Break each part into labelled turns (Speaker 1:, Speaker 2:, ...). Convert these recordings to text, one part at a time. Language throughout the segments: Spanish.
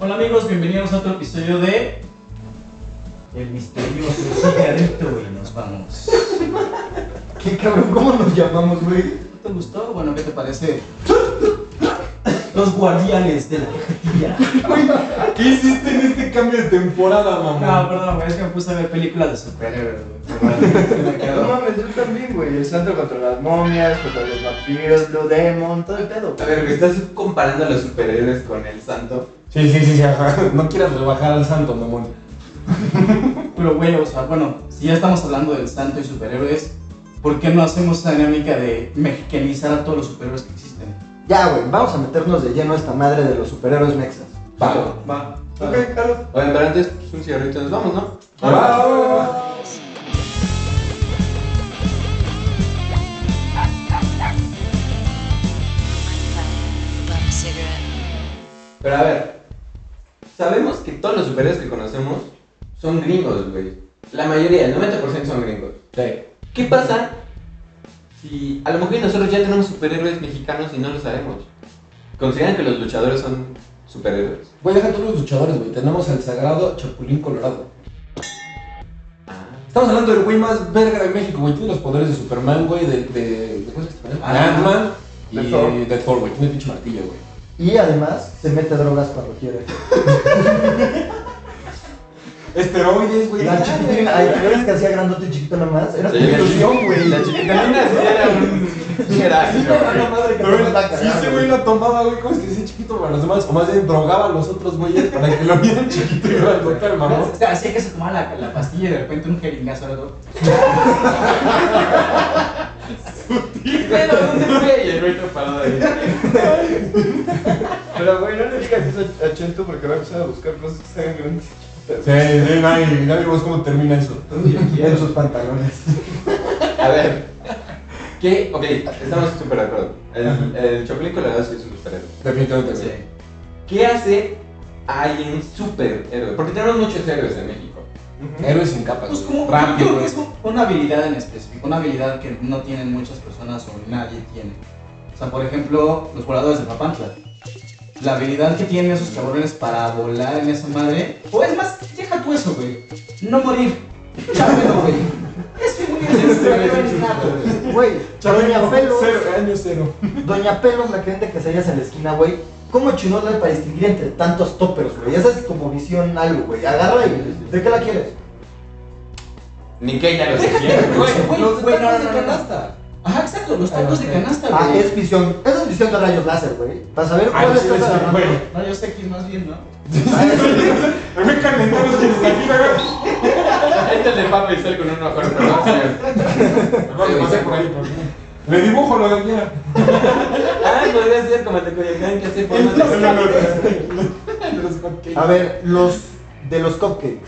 Speaker 1: Hola amigos, bienvenidos a otro episodio de El misterioso cigarrito y nos vamos.
Speaker 2: Qué cabrón, ¿cómo nos llamamos, güey?
Speaker 1: ¿No ¿Te gustó? Bueno, ¿qué te parece? Los guardianes de la cajetilla.
Speaker 2: ¿Qué hiciste en este cambio de temporada,
Speaker 1: No,
Speaker 2: mamá?
Speaker 1: perdón, güey, es que me puse a ver películas de superhéroes. güey. Me
Speaker 3: No
Speaker 1: quedo-
Speaker 3: mames, Pues yo también, güey. El santo contra las momias, contra los vampiros, Blue Demon, todo el pedo.
Speaker 4: A ver, güey, estás comparando a los superhéroes con el santo.
Speaker 2: Sí, sí, sí, sí, ajá. No quieras rebajar al santo, mamón.
Speaker 1: Pero bueno, o sea, bueno, si ya estamos hablando del santo y superhéroes, ¿por qué no hacemos esa dinámica de mexicanizar a todos los superhéroes que existen?
Speaker 2: Ya, güey, vamos a meternos de lleno a esta madre de los superhéroes mexas.
Speaker 4: Pago.
Speaker 1: Va.
Speaker 3: Ok, claro.
Speaker 4: Bueno, pero antes, pues, un cigarrito, nos vamos, ¿no?
Speaker 2: Ah,
Speaker 5: Love a cigarette.
Speaker 4: Pero a ver, sabemos que todos los superhéroes que conocemos son gringos, güey. La mayoría, el 90% son gringos.
Speaker 2: Sí.
Speaker 4: ¿Qué pasa si a lo mejor nosotros ya tenemos superhéroes mexicanos y no lo sabemos? ¿Consideran que los luchadores son superhéroes?
Speaker 2: Güey, deja todos los luchadores, güey. Tenemos al sagrado Chapulín Colorado.
Speaker 3: Ah.
Speaker 2: Estamos hablando del güey más verga de México, güey. Tiene los poderes de Superman, güey, de... de, de ¿Cómo se llama?
Speaker 4: Ah,
Speaker 2: De Ant-Man y
Speaker 4: de Thor.
Speaker 2: de Thor, güey. Tiene el pinche martillo, güey.
Speaker 3: Y además, se mete drogas cuando quiere.
Speaker 2: Esteroides, Este, güey.
Speaker 3: La chiquitina, ay, ¿te acuerdas que hacía grandote y chiquito nomás? Era tu
Speaker 4: Sí, la
Speaker 3: ilusión, güey.
Speaker 4: La chiquitanina sí era un
Speaker 3: Era
Speaker 4: geracio,
Speaker 3: una madre que
Speaker 2: Pero
Speaker 3: no
Speaker 2: güey,
Speaker 3: la
Speaker 2: si ese güey la tomaba, güey, ¿cómo es que ese chiquito para los demás? O más bien drogaba a los otros güeyes para que lo vieran chiquito y iba al doctor, mamón.
Speaker 1: O sea, hacía que se tomaba la, la pastilla y de repente un jeringazo o algo.
Speaker 4: Pero, ¿dónde fue? Y el güey parado ahí.
Speaker 3: Pero, güey, no le digas eso a Chento porque va a empezar a buscar cosas que sean grandes.
Speaker 2: Sí, sí, nadie, nadie vos cómo termina eso.
Speaker 3: En sus pantalones.
Speaker 4: A ver. ¿Qué? Ok, estamos súper de acuerdo. El, el Chapulín Colorado sí es un superhéroe.
Speaker 2: Definitivamente, güey.
Speaker 4: ¿Qué hace a alguien superhéroe? Porque tenemos muchos héroes en México.
Speaker 2: Héroes sin capas.
Speaker 1: Pues
Speaker 2: güey.
Speaker 1: como, yo
Speaker 2: Rápido,
Speaker 1: creo que
Speaker 2: güey.
Speaker 1: es como una habilidad en específico, una habilidad que no tienen muchas personas o nadie tiene. O sea, por ejemplo, los voladores de Papantla. La habilidad que tienen esos cabrones para volar en esa madre. O es más, deja tú eso, güey. No morir. Chápelo, güey. Ese güey es
Speaker 6: Este,
Speaker 1: un güey.
Speaker 3: Güey, Doña Pelos,
Speaker 2: Cero, año cero.
Speaker 3: Doña Pelos, la cliente que salías en la esquina, güey. ¿Cómo chingarla para distinguir entre tantos toppers, güey? Esa es como visión algo, güey. Agarra y... ¿De qué la quieres?
Speaker 4: Ni que ella lo siquiera.
Speaker 1: Güey,
Speaker 2: Los
Speaker 1: güey, no,
Speaker 2: tacos
Speaker 1: no,
Speaker 2: de
Speaker 1: no, no.
Speaker 2: canasta.
Speaker 1: Ajá, exacto, los tacos de canasta,
Speaker 3: Ah,
Speaker 1: güey.
Speaker 3: es visión. Esa es visión de rayos láser, güey. Para saber
Speaker 2: Ay,
Speaker 3: cuál
Speaker 2: sí,
Speaker 3: estás
Speaker 2: sí,
Speaker 3: agarrando.
Speaker 2: güey.
Speaker 1: No, yo sé que es más bien, ¿no?
Speaker 2: Me voy calentando los güey.
Speaker 4: Este le va a pensar con un ojo. pero vamos a ver.
Speaker 2: Acabo de pasar por ahí, por favor. Le dibujo lo que quiera.
Speaker 4: Ah, podría ser como te Coyoacán que hace formas
Speaker 2: No, no, no,
Speaker 4: de.
Speaker 2: no. Los cupcakes.
Speaker 3: A ver, los de los cupcakes.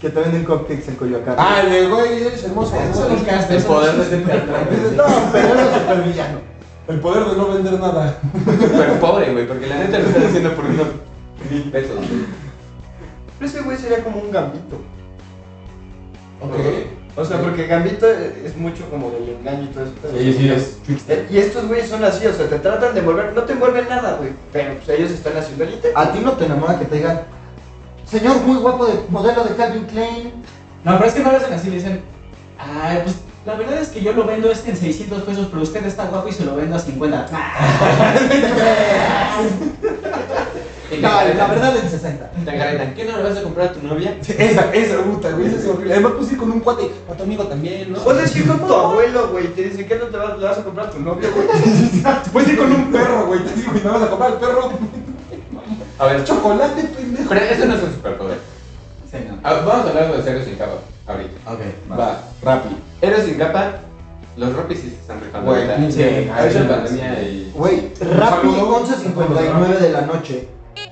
Speaker 3: Que te venden cupcakes en Coyoacán.
Speaker 2: Ah, el güey es hermoso.
Speaker 1: Eso no canasta.
Speaker 4: El
Speaker 1: eso no
Speaker 4: poder de
Speaker 1: existe.
Speaker 4: este
Speaker 3: no, pero era supervillano.
Speaker 2: El poder de no vender nada.
Speaker 4: Pero pobre, güey, porque la neta lo está haciendo por unos mil pesos. güey.
Speaker 3: Pero ese güey sería como un gambito.
Speaker 2: Ok.
Speaker 3: O sea, porque gambito eh, es mucho como del engaño y todo eso.
Speaker 2: Sí, sí, es
Speaker 3: Eh,
Speaker 2: trickster.
Speaker 3: Y estos güeyes son así, o sea, te tratan de envolver, no te envuelven nada, güey. Pero pues ellos están haciendo el intento.
Speaker 6: A ti no te enamora que te digan, señor muy guapo de modelo de Calvin Klein.
Speaker 1: No, pero es que no lo hacen así, le dicen, ay, pues la verdad es que yo lo vendo este en 600 pesos, pero usted está guapo y se lo vendo a 50.
Speaker 4: Engañan.
Speaker 6: en 60.
Speaker 4: Te engañan. ¿Qué no le vas a comprar a tu novia?
Speaker 2: Sí, Esa, esa puta, güey, esa es horrible. Además, pues ir con un cuate, o tu amigo también, ¿no?
Speaker 3: Puedes ir con tu abuelo, güey, te dice que no te vas, le vas a comprar a tu novio, güey.
Speaker 2: Puedes ir con un perro, güey. Te digo, y me vas a comprar el perro.
Speaker 4: A ver,
Speaker 2: Chocolate, pendejo.
Speaker 4: pero eso no es un superpoder.
Speaker 1: Sí, no.
Speaker 4: A- Vamos a hablar de los héroes sin capa ahorita.
Speaker 1: Ok.
Speaker 2: Va, rápido.
Speaker 4: Héroes sin capa, los Ropis sí se están rifando.
Speaker 2: Güey,
Speaker 4: ahorita.
Speaker 2: sí,
Speaker 4: Ahorita
Speaker 2: sí.
Speaker 4: la pandemia y.
Speaker 6: Güey,
Speaker 2: Saludos.
Speaker 6: rápido, 11.59 de la noche.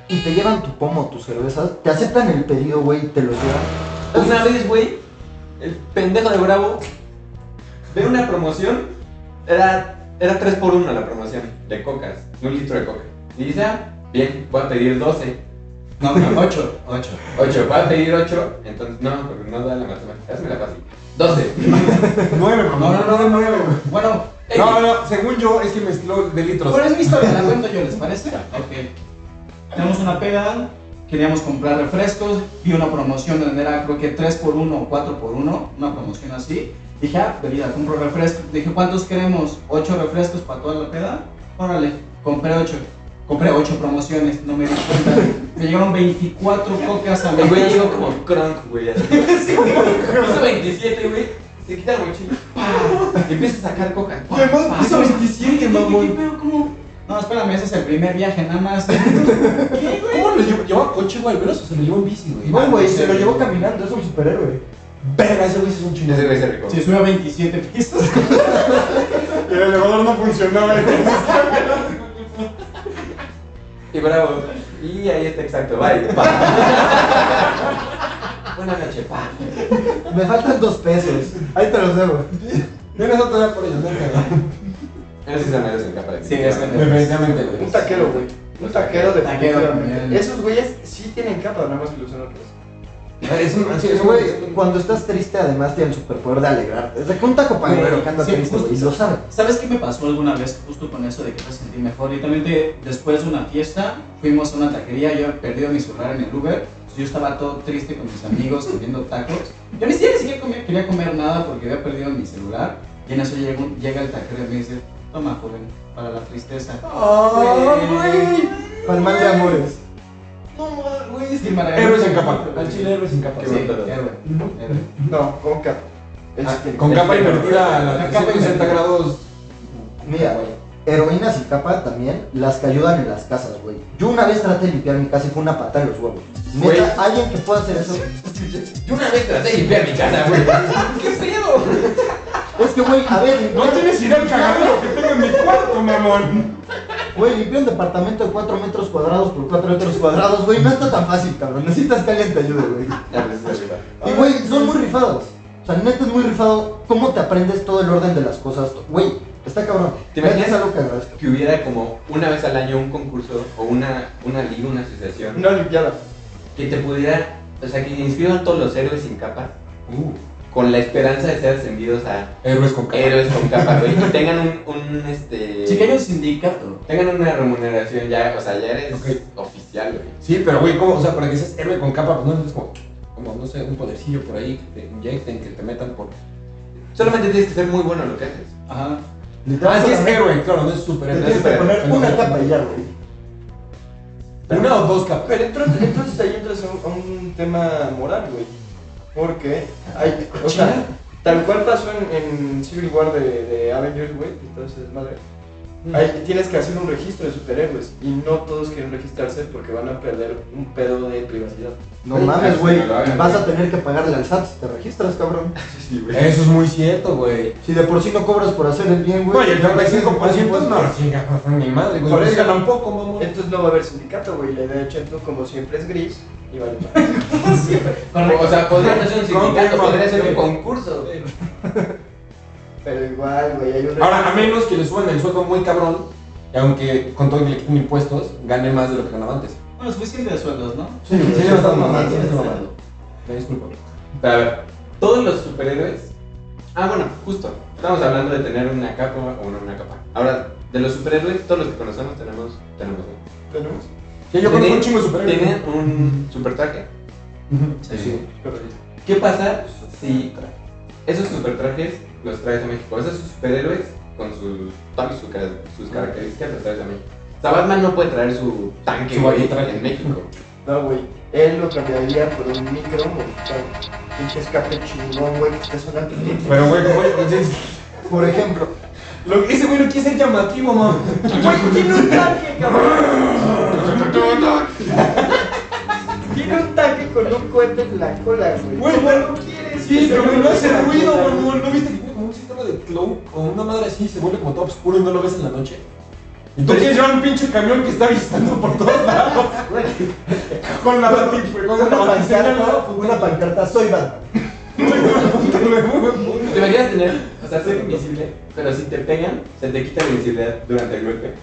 Speaker 6: Y te llevan tu pomo, tus cervezas, te aceptan el pedido, güey, te lo llevan.
Speaker 4: Una vez, güey, el pendejo de Bravo ve una promoción. Era, era 3 por 1 la promoción de cocas, de un litro de coca. Y dice, ah, bien, voy a pedir 12.
Speaker 1: No, no, 8, 8.
Speaker 4: 8, voy a pedir 8. Entonces, no, porque no da la matemática. Hazme la fácil. 12.
Speaker 2: Nueve,
Speaker 1: No, no, no, no,
Speaker 2: nueve, güey.
Speaker 1: Bueno,
Speaker 2: No, no, según yo, es que mezcló de litros.
Speaker 1: pero es mi historia, la cuento yo, ¿les parece? Ok. Tenemos una peda, queríamos comprar refrescos, vi una promoción donde era creo que 3x1 o 4x1, una promoción así. Dije, ah, bebida, compro refrescos. Dije, ¿cuántos queremos? ¿8 refrescos para toda la peda? Órale, compré 8. Compré 8 promociones, no me di cuenta. me llegaron 24 cocas a mi
Speaker 4: El güey
Speaker 1: casa.
Speaker 4: llegó como crunk, güey. así. Hizo 27, güey. Se quita la mochila. ¡pah! Y empieza a sacar coca. ¡pah! ¡pah!
Speaker 1: Hizo 27,
Speaker 4: ¿Qué
Speaker 1: mamón.
Speaker 4: pedo? ¿Cómo?
Speaker 1: No, espérame, ese es el primer viaje, nada más.
Speaker 2: ¿Cómo lo llevó? ¿Llevaba coche, güey, al menos? ¿O se lo llevó en bici, güey?
Speaker 3: Ah,
Speaker 6: Iván, güey, se lo llevó caminando, es un superhéroe.
Speaker 2: Verga, ese güey sí es un chingón.
Speaker 4: Ese güey se rico.
Speaker 1: Si sube a 27 pisos.
Speaker 2: Y el elevador no funcionaba.
Speaker 4: Y bravo. Y ahí está exacto. Bye. pa. Buenas noches, pa.
Speaker 6: Me faltan dos pesos. Ahí te los debo.
Speaker 2: Tienes otra vez por ellos, verga.
Speaker 4: Eso sí se merece el capa de
Speaker 1: Sí, es el
Speaker 2: Definitivamente, güey.
Speaker 6: Un taquero, güey. Un taquero de
Speaker 1: Taquero, güey.
Speaker 6: Esos güeyes sí tienen capa, nada más que lo usan otros.
Speaker 2: Ah, Es un
Speaker 6: Sí, güey, cuando estás triste además tiene el superpoder de alegrarte. Es de que un taco para
Speaker 1: Güey,
Speaker 6: que anda
Speaker 1: sí,
Speaker 6: triste,
Speaker 1: justo.
Speaker 6: güey, y lo sabe.
Speaker 1: ¿Sabes qué me pasó alguna vez justo con eso de que te sentí mejor? Literalmente después de una fiesta fuimos a una taquería, yo he perdido mi celular en el Uber, yo estaba todo triste con mis amigos comiendo tacos. Yo ni siquiera, ni siquiera comía- quería comer nada porque había perdido mi celular y en eso llega, un- llega el taquero y me dice, toma joven, para la tristeza.
Speaker 6: ¡Ay, güey! Para el mal de amores.
Speaker 1: No, ma- güey, es que maravilla.
Speaker 2: Héroe sin capa. Al chile, héroe sin capa.
Speaker 1: Sí, héroe, héroe.
Speaker 6: No, con capa. Él sí
Speaker 4: Ah,
Speaker 6: tiene
Speaker 2: Con
Speaker 6: capa.
Speaker 2: capa invertida a la
Speaker 1: Con capa
Speaker 2: 360
Speaker 1: invertida.
Speaker 2: grados.
Speaker 6: Mira, güey. Heroínas y capa también, las que ayudan en las casas, güey. Yo una vez traté de limpiar mi casa y fue una patada en los huevos.
Speaker 4: Güey.
Speaker 6: Neta, alguien que pueda hacer eso.
Speaker 4: Yo una vez traté de limpiar mi casa, güey. ¿Qué pedo?
Speaker 6: Es que, güey, a ver, limpiar-
Speaker 2: idea del cagadero que tengo en mi cuarto, mamón.
Speaker 6: Güey, limpiar un departamento de 4 metros cuadrados por 4 metros cuadrados, güey, no está tan fácil, cabrón. Necesitas que alguien te ayude, güey.
Speaker 4: Ya me estoy arriba.
Speaker 6: Y güey, son muy rifados. O sea, neta es muy rifado. ¿Cómo te aprendes todo el orden de las cosas? Güey, está cabrón.
Speaker 4: ¿Te imaginas?
Speaker 6: Neta es algo que agradezco.
Speaker 4: Que hubiera como una vez al año un concurso o una, una liga, una asociación
Speaker 6: Una limpiada.
Speaker 4: que te pudiera, o sea, que inscriban todos los héroes sin capa con la esperanza de ser ascendidos a
Speaker 2: Uh, Héroes con capa.
Speaker 4: héroes con capa, güey. Y tengan un, un este.
Speaker 1: Sí, que hay un sindicato.
Speaker 4: Tengan una remuneración ya, o sea, ya eres
Speaker 2: Ok.
Speaker 4: oficial, güey.
Speaker 2: Sí, pero güey, ¿cómo? O sea, para que seas héroe con capa, pues no es como, como, no sé, un podercillo por ahí que te inyecten, que te metan por.
Speaker 4: Solamente tienes que ser muy bueno en lo que haces.
Speaker 1: Ajá.
Speaker 2: Ah, es que es héroe, claro, no es superhéroe.
Speaker 6: Te
Speaker 4: Entonces,
Speaker 6: tienes que
Speaker 4: pero-
Speaker 6: poner
Speaker 2: pero-
Speaker 6: una capa y ya, güey.
Speaker 2: Una o dos capas.
Speaker 7: Pero entonces, entonces ahí entras a un, a un tema moral, güey. Porque hay, o sea, tal cual pasó en, en Civil War de, de Avengers, güey, entonces madre. Ahí tienes que hacer un registro de superhéroes y no todos quieren registrarse porque van a perder un pedo de privacidad.
Speaker 6: No mames, güey.
Speaker 4: que lo hagan,
Speaker 6: Vas a Eh, tener que pagarle al SAT si te registras, cabrón.
Speaker 4: Sí, güey.
Speaker 2: Eso es muy cierto, güey.
Speaker 6: Si de por sí no cobras por hacer el bien, güey.
Speaker 2: Oye, el
Speaker 6: ya no tienes
Speaker 2: 35% no,
Speaker 6: impuestos.
Speaker 2: chinga, mi madre, güey.
Speaker 7: Por eso-
Speaker 2: Ganan poco, mamón.
Speaker 7: Entonces no va a haber sindicato, güey. La idea de Cheto, como siempre, es gris y vale más.
Speaker 4: O sea, podrían hacer un sindicato,
Speaker 2: Confirmo.
Speaker 4: podrían hacer un concurso, güey.
Speaker 7: Pero igual, güey, hay un
Speaker 2: Ahora, a menos que le suban el sueldo muy cabrón, y aunque con todo que le quiten impuestos, gane más de lo que ganaba antes.
Speaker 1: Bueno, suficiente de sueldos, ¿no?
Speaker 6: Sí, sí,
Speaker 2: Sí,
Speaker 6: sí,
Speaker 2: estás
Speaker 6: estás
Speaker 2: mamando,
Speaker 6: mamando.
Speaker 2: estás mamando. Me disculpo.
Speaker 4: Pero a ver, todos los superhéroes. Ah, bueno, justo. Estamos hablando de tener una capa o no una capa. Ahora, de los superhéroes, todos los que conocemos tenemos. Tenemos. ¿no?
Speaker 7: Tenemos.
Speaker 2: Que yo conozco
Speaker 4: Tienen-
Speaker 2: un chingo de superhéroes.
Speaker 4: Tienen un super traje.
Speaker 2: Ujú.
Speaker 1: Sí.
Speaker 4: ¿Qué pasa si esos super trajes los traes a México? Esos superhéroes con sus top y su car-
Speaker 2: Ah.
Speaker 4: sus características los traes a México. O sea, Batman no puede traer su tanque
Speaker 2: Su
Speaker 4: güey,
Speaker 2: baquetraje.
Speaker 4: en México.
Speaker 7: No, güey. Él lo cambiaría por un micro mexicano. Pinche escape chingón, güey, que esté sonando.
Speaker 2: Pero, güey, como entonces,
Speaker 6: Por ejemplo,
Speaker 2: lo- ese güey no quiere ser llamativo, mamá.
Speaker 7: Güey, tiene un tanque, cabrón. tiene un tanque con un cohete en la cola, güey.
Speaker 2: Güey,
Speaker 7: ¿Cómo
Speaker 2: pero-
Speaker 7: lo quieres?
Speaker 2: Sí, pero que no hace
Speaker 7: Con la
Speaker 2: ruido,
Speaker 7: cola,
Speaker 2: mamón. ¿No viste que tiene como un sistema de glow o una madre así se vuelve como todo oscuro y no lo ves en la noche? Y tú quieres llevar un pinche camión que está visitando por todos lados, güey. Con la batiseña, con la
Speaker 6: una
Speaker 2: batiseña al
Speaker 6: pancarta,
Speaker 2: lado,
Speaker 6: una pancarta, soy Batman.
Speaker 4: Te deberías tener, o sea, ser invisible, pero si te pegan, se te quita la invisibilidad durante el golpe.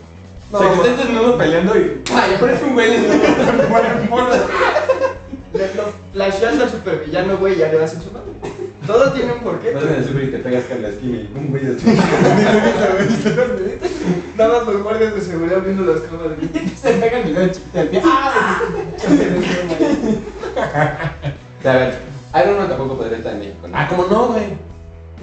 Speaker 2: No,
Speaker 4: o sea, que
Speaker 2: mamá.
Speaker 4: estén desnudos peleando y ¡pah! Y aparece un güey desnudo.
Speaker 2: Bueno, bueno.
Speaker 7: Le lo flasheas al supervillano, güey, y ya le das en su madre. Todo tiene un porqué.
Speaker 4: Vas en el super y te pegas con la esquina y un güey desnudo.
Speaker 7: Nada más los guardias de seguridad viendo las cámaras.
Speaker 1: Se pega en el dedo chiquito del pie. ¡Ah!
Speaker 4: O sea, a ver, Iron Man tampoco podría estar en México, ¿no?
Speaker 2: Ah, ¿cómo no, güey?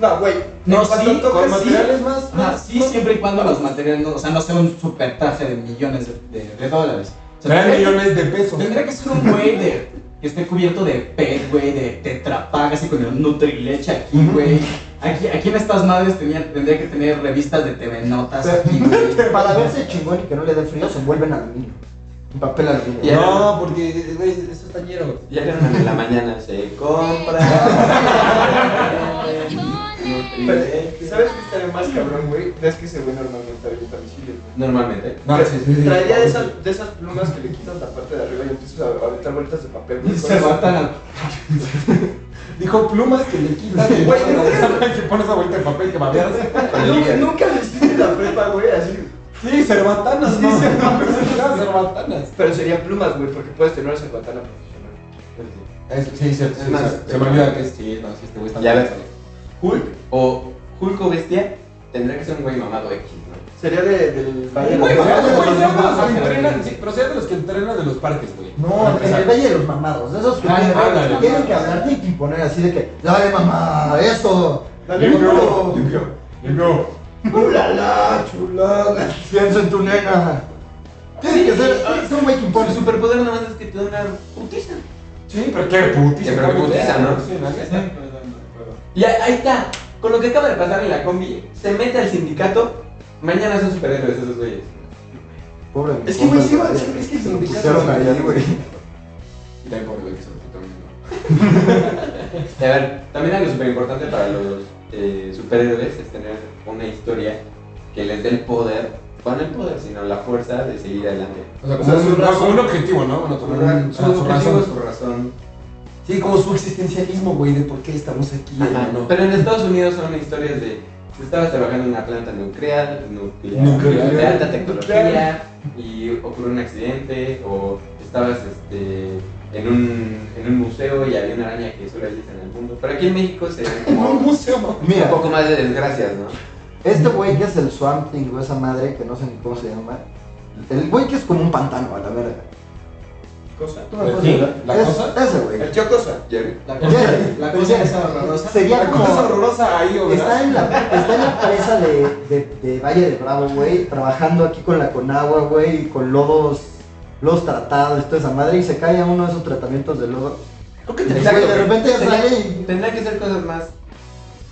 Speaker 7: No, güey.
Speaker 1: No,
Speaker 7: en cuanto
Speaker 1: sí,
Speaker 7: tocas,
Speaker 2: Con
Speaker 7: sí.
Speaker 2: materiales más.
Speaker 1: Ajá, sí, siempre y cuando los materiales, no, o sea, no sea un supertaje de millones de, de- de dólares. O sea,
Speaker 2: Serán
Speaker 1: tendría-
Speaker 2: millones de pesos.
Speaker 1: Tendría que ser un güey de, que esté cubierto de pet, güey, de tetrapag, así con el nutrileche aquí, güey. Aquí, aquí en estas madres tenía, tendría que tener revistas de TV Notas aquí, güey.
Speaker 6: Para verse chingón y que no le dé frío, se vuelven aluminio. En papel aluminio.
Speaker 4: Ya.
Speaker 2: No, porque, güey, eso está lleno.
Speaker 4: Y Iron Man en la mañana se compra.
Speaker 7: Pero, eh, ¿Sabes qué estaría más cabrón, güey? Es que ese güey normalmente avienta misiles. güey.
Speaker 4: Normalmente.
Speaker 2: No, sí, sí, sí.
Speaker 7: Traería de esas, de esas plumas que le quitas la parte de arriba y empiezas a aventar bolitas de papel. güey.
Speaker 1: Se va tan-
Speaker 2: Dijo plumas que le quitas de
Speaker 7: Güey,
Speaker 2: que pones a vuelta de papel que va a ver.
Speaker 4: Con el
Speaker 7: Nunca,
Speaker 4: líder.
Speaker 7: nunca vestiste la prepa, güey, así.
Speaker 2: Sí, cerbatanas, sí, cerbatanas. cerbatanas.
Speaker 7: Pero serían plumas, güey, porque puedes tener una cerbatana profesional.
Speaker 2: Es- sí, cierto, sí,
Speaker 4: Es más,
Speaker 2: cierto. se me olvida que es sí, no, sí, este güey está
Speaker 4: Ya ves.
Speaker 2: Hulk.
Speaker 4: O Hulk o Bestia tendría que ser un güey mamado X, ¿no?
Speaker 7: Sería de, del Valle de
Speaker 2: Güey,
Speaker 7: los-
Speaker 2: güey,
Speaker 6: mamado,
Speaker 2: güey, sea de los
Speaker 6: Ah,
Speaker 2: que
Speaker 6: pero-
Speaker 2: entrenan, sí, pero sea de los que entrenan de los parques, güey.
Speaker 6: No, en el Valle de los Mamados, de esos que
Speaker 2: Ah,
Speaker 6: tienen,
Speaker 2: ándale.
Speaker 6: tienen que hablarte y poner así de que, dale mamá, eso,
Speaker 7: Dale con todo.
Speaker 2: limpio, limpio.
Speaker 6: ulala, chulada, pienso en tu nena. Tienes que ser, ah, es un güey que impone
Speaker 4: Su superpoder nada más es que te da una putiza.
Speaker 2: Sí, pero qué putiza.
Speaker 4: Sí, pero qué putiza, ¿no?
Speaker 2: Sí, la neta.
Speaker 4: Y ahí- ahí está. Con lo que acaba de pasar en la combi, se mete al sindicato. Mañana son superhéroes esos güeyes.
Speaker 6: Pobre mi
Speaker 7: Es que, güey,
Speaker 6: compa,
Speaker 7: sí, va-
Speaker 6: güey.
Speaker 7: es que- es que el
Speaker 6: Se lo
Speaker 7: sindicato-
Speaker 6: pusieron ahí, güey.
Speaker 4: Y también por el que son pitones, ¿no? Y A ver, también algo súper importante para los eh, superhéroes es tener una historia que les dé el poder, o no el poder, sino la fuerza de seguir adelante.
Speaker 2: O sea,
Speaker 7: O sea,
Speaker 2: como,
Speaker 7: su
Speaker 2: un,
Speaker 7: razón.
Speaker 2: como un objetivo, ¿no? Bueno, como un,
Speaker 4: Su,
Speaker 2: ah, su
Speaker 4: objetivo,
Speaker 2: razón.
Speaker 4: su razón.
Speaker 2: Sí, como su existencialismo, güey, de por qué estamos aquí,
Speaker 4: Ajá,
Speaker 2: hermano.
Speaker 4: Pero en Estados Unidos son historias de si estabas trabajando en una planta nuclear, nuclear,
Speaker 2: Nuclear.
Speaker 4: de alta tecnología y ocurrió un accidente o estabas este, en, un, en un museo y había una araña que solo existe en el mundo. Pero aquí en México se ven como
Speaker 2: Un
Speaker 4: un
Speaker 2: museo, mamá.
Speaker 6: Mira,
Speaker 4: poco más de desgracias, ¿no?
Speaker 6: este güey que es el Swamp Thing, o esa madre que no sé ni cómo se llama, el güey que es como un pantano, a la verga.
Speaker 7: Cosa.
Speaker 6: ¿Tú me
Speaker 2: ¿El
Speaker 6: puedes
Speaker 2: quién?
Speaker 6: ayudar?
Speaker 2: ¿La
Speaker 6: Es-
Speaker 2: cosa?
Speaker 6: Ese güey.
Speaker 7: El Chocosa.
Speaker 4: Jerry.
Speaker 1: La cosa, la cosa es horrorosa.
Speaker 6: Sería
Speaker 2: La
Speaker 6: como...
Speaker 2: cosa horrorosa ahí, o
Speaker 6: Está en la, está en la presa de, de- de Valle de Bravo, güey, trabajando aquí con la Conagua, güey, y con lodos, lodos tratados, toda esa madre, y se cae a uno de esos tratamientos de lodo. Y güey,
Speaker 4: Exacto,
Speaker 6: de
Speaker 4: pero
Speaker 6: repente ya
Speaker 4: tenía-
Speaker 6: sale y...
Speaker 4: Tendría que ser cosas más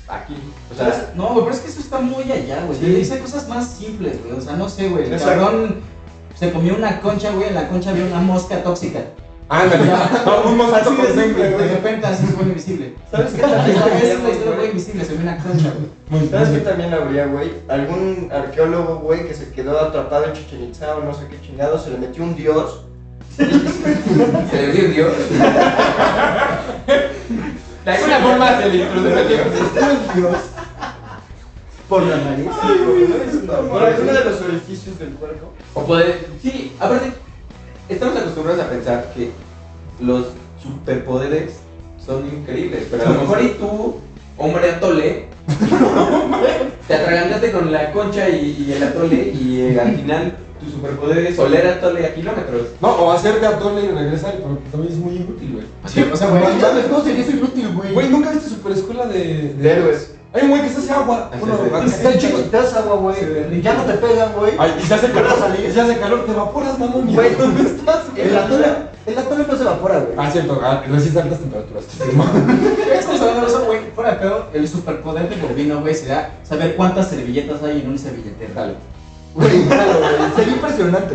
Speaker 4: aquí. O sea,
Speaker 1: No, güey, pero es que eso está muy allá, güey. Yo le hice cosas más simples, güey. O sea, no sé, güey. El
Speaker 7: Exacto.
Speaker 1: cabrón se comió una concha, güey. En la concha había una mosca tóxica.
Speaker 2: Ándale, no, un mosquito
Speaker 7: Así de
Speaker 2: con sangre,
Speaker 7: simple,
Speaker 1: De
Speaker 2: güey.
Speaker 1: repente así fue invisible.
Speaker 7: ¿Sabes qué
Speaker 1: Esa
Speaker 7: también
Speaker 1: es la
Speaker 7: habría,
Speaker 1: historia, güey,
Speaker 7: güey?
Speaker 1: invisible. Se ve una concha, güey.
Speaker 2: Muy
Speaker 7: ¿Sabes qué
Speaker 2: bien.
Speaker 7: también habría, güey? Algún arqueólogo, güey, que se quedó atrapado en Chichen Itza o no sé qué chingado, se le metió un dios.
Speaker 4: se le dio Dios. De alguna forma se le introdujo Dios.
Speaker 6: Por la nariz.
Speaker 7: Por alguno de los orificios del cuerpo.
Speaker 4: O poder. Sí, aparte, estamos acostumbrados a pensar que los superpoderes son increíbles, pero a lo mejor y tú, hombre atole, te atragantaste con la concha y, y el atole y eh, al final tu superpoder es oler atole a kilómetros.
Speaker 2: No, o hacer de atole y regresar, pero también es muy inútil, güey.
Speaker 1: O sea, güey.
Speaker 6: No mames, ¿cómo sería eso inútil,
Speaker 2: Güey,
Speaker 6: güey?
Speaker 2: ¿nunca viste Superescuela de,
Speaker 7: De héroes.
Speaker 2: Hay un güey que se hace agua.
Speaker 4: Así
Speaker 2: Bueno,
Speaker 4: es,
Speaker 2: acá-
Speaker 6: Está el chico, te das agua, güey, ya no te pegan, güey.
Speaker 2: Ay, y se hace calor, y se hace calor, te evaporas, mamón.
Speaker 7: Güey,
Speaker 2: ¿dónde estás?
Speaker 6: El atole, el atole no se evapora, güey.
Speaker 2: Ah, cierto, ah, resiste altas temperaturas.
Speaker 1: Estamos hablando de eso, güey. Fuera de pedo, el superpoder de Bobino, güey, será saber cuántas servilletas hay en un servilletero.
Speaker 4: Dale.
Speaker 6: Güey, claro, güey, sería impresionante.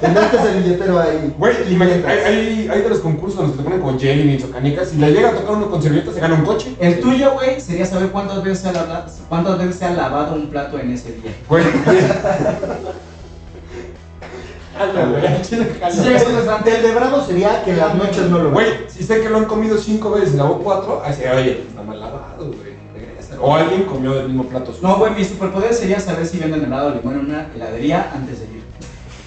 Speaker 6: Tenías ese billetero ahí.
Speaker 2: Güey, imagínate, hay, hay, hay de los concursos donde te ponen con jelly o canicas. Si le llega a tocar uno con servilletas, se gana un coche.
Speaker 1: El tuyo, güey, sería saber cuántas veces, se ha lavado, cuántas veces se ha lavado un plato en ese día.
Speaker 2: Güey. Jala, güey, al chile jala.
Speaker 1: Llegas a un restaurante,
Speaker 6: El de Bravo sería que las noches no lo ven.
Speaker 2: Güey, si sé que lo han comido cinco veces y lavó cuatro, ahí se oye, pues, está mal lavado, güey. regresa. O alguien comió del mismo plato suyo.
Speaker 1: No, güey, mi superpoder sería saber si venden helado de limón en una heladería antes de ir.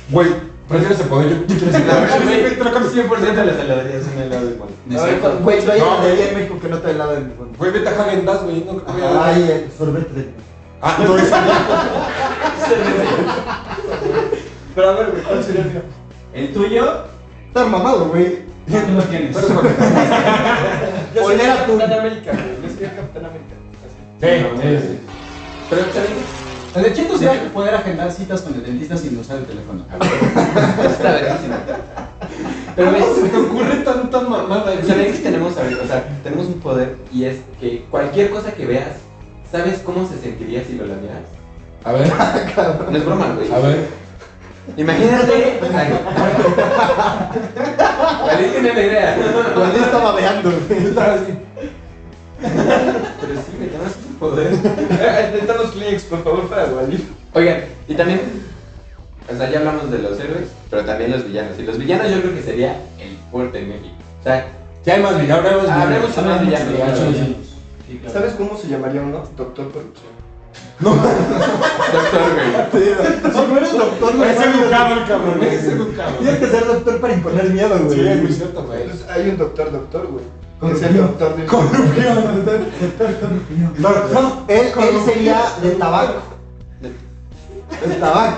Speaker 2: Güey, prefiero ese poder, yo yo quiero ese poder. Yo creo que sí.
Speaker 4: 100% de las heladerías son helado de
Speaker 6: A ver,
Speaker 1: Exacto.
Speaker 6: Güey, pero hay
Speaker 2: No,
Speaker 6: una
Speaker 2: güey.
Speaker 6: de en México que no trae helado de ningún.
Speaker 2: Güey, vete a Hagen Dazs, güey, no creo que
Speaker 6: Ay, el sorbete de.
Speaker 2: Ah, Ah, no, es
Speaker 7: Pero a ver, güey, ¿cuál sería el mío?
Speaker 4: El tuyo,
Speaker 6: Estar mamado, güey.
Speaker 1: ¿Tú lo tienes?
Speaker 7: Yo soy
Speaker 6: Oler a
Speaker 7: Capitán
Speaker 6: atún.
Speaker 7: América, güey. Yo soy Capitán América. Así.
Speaker 2: Sí, sí, sí.
Speaker 4: pero también
Speaker 1: El hecho sería poder agendar citas con el dentista sin usar el teléfono.
Speaker 4: está verguísima. Pero
Speaker 2: ¿Cómo
Speaker 4: ves,
Speaker 2: se te ocurre tanta mamada?
Speaker 4: ¿sabes que tenemos ahorita? O sea, tenemos un poder y es que cualquier cosa que veas, ¿sabes cómo se sentiría si lo lamieras?
Speaker 2: A ver,
Speaker 4: No es broma, güey.
Speaker 2: a ver.
Speaker 4: Imagínate. Ay, bueno. Alguien tiene la idea.
Speaker 6: Cuando estaba babeando, güey.
Speaker 4: Pero sí, me tenemos un poder.
Speaker 7: Eh, eh, Están los clics, por favor, para Walid.
Speaker 4: Oigan, y también, o sea, ya hablamos de los héroes, pero también los villanos. Y los villanos yo creo que sería el fuerte en México. O sea,
Speaker 2: Ya Ah, hay más villanos, hablemos
Speaker 4: Ah, hablemos
Speaker 2: villanos.
Speaker 4: más villanos,
Speaker 2: Hablemos
Speaker 4: villanos.
Speaker 2: villanos.
Speaker 7: ¿Sabes cómo se llamaría uno? Doctor Corrupción.
Speaker 4: doctor, güey.
Speaker 6: Si no eres doctor, no
Speaker 2: Parece
Speaker 6: mames.
Speaker 2: educado el cabrón.
Speaker 6: Parece
Speaker 2: educado.
Speaker 6: Tienes que ser doctor para imponer miedo,
Speaker 2: Sí,
Speaker 6: güey.
Speaker 2: es muy cierto, güey.
Speaker 7: Entonces, Pues, hay un doctor, doctor, güey.
Speaker 6: ¿Con
Speaker 7: Es el
Speaker 6: quién?
Speaker 7: doctor del.
Speaker 2: Corrupción.
Speaker 6: Él, él sería de tabaco. De tabaco.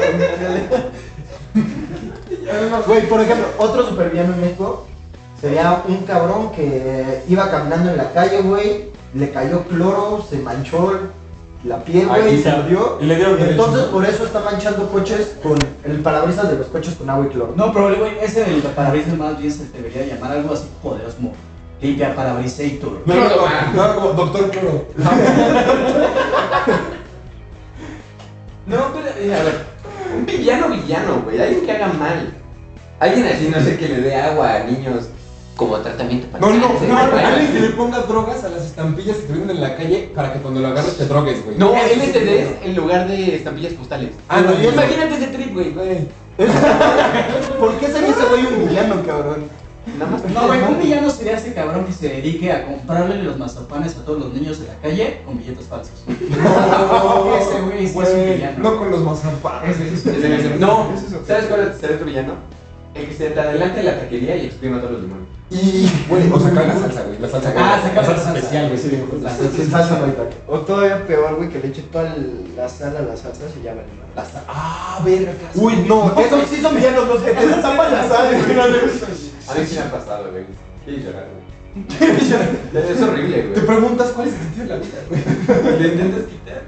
Speaker 6: Güey, por ejemplo, otro supervillano en México sería un cabrón que iba caminando en la calle, güey, le cayó cloro, se manchó la piel,
Speaker 2: Ahí
Speaker 6: güey, y se
Speaker 2: está.
Speaker 6: ardió.
Speaker 2: Y le dieron
Speaker 6: Entonces,
Speaker 2: derecho.
Speaker 6: por eso está manchando coches con el parabrisas de los coches con agua y cloro.
Speaker 1: No, pero güey, ese del parabrisas más bien se debería llamar algo así poderoso como limpia parabrisator.
Speaker 2: No, no, no, no, como doctor Cloro.
Speaker 4: No, pero, eh, a ver, un villano, villano, güey. Alguien que haga mal. Alguien así, no sé, que le dé agua a niños como tratamiento para
Speaker 2: No, no,
Speaker 4: cáncer,
Speaker 2: no,
Speaker 4: güey.
Speaker 2: alguien que le ponga drogas a las estampillas que te venden en la calle para que cuando lo agarres te drogues, güey.
Speaker 4: No, LTDs en lugar de estampillas postales.
Speaker 2: Ah, no, yo-
Speaker 4: Imagínate ese trip, güey.
Speaker 2: Güey.
Speaker 6: ¿Por qué sería ese güey un villano, cabrón?
Speaker 4: Nada más.
Speaker 1: No, güey, un villano sería ese cabrón que se dedique a comprarle los mazapanes a todos los niños de la calle con billetes falsos. Ese güey sí es un villano.
Speaker 2: No con los mazapanes.
Speaker 1: Ese sí es un-
Speaker 4: Ese- ese- No,
Speaker 7: Ese es otro.
Speaker 4: ¿sabes cuál es el otro villano? El que se te adelanta en la taquería y exprima todos los limones.
Speaker 2: Y, güey, o sacar la salsa, güey. La salsa, güey.
Speaker 1: Ah, sacar
Speaker 2: la
Speaker 1: la
Speaker 2: salsa
Speaker 1: salsa.
Speaker 2: especial, güey. Sí, güey.
Speaker 1: La salsa.
Speaker 6: Sin salsa no hay taco.
Speaker 7: O todavía peor, güey, que le eche toda la sal a la salsa, se llama el
Speaker 2: La salsa. Ah, verga. Uy, no.
Speaker 6: No, esos sí son villanos los que te tapan la sal, güey.
Speaker 4: A mí sí me ha pasado, güey. Quiero llorar, güey. Es horrible,
Speaker 2: Te
Speaker 4: güey.
Speaker 2: preguntas cuál es el sentido de la vida, güey.
Speaker 4: Le intentas quitar.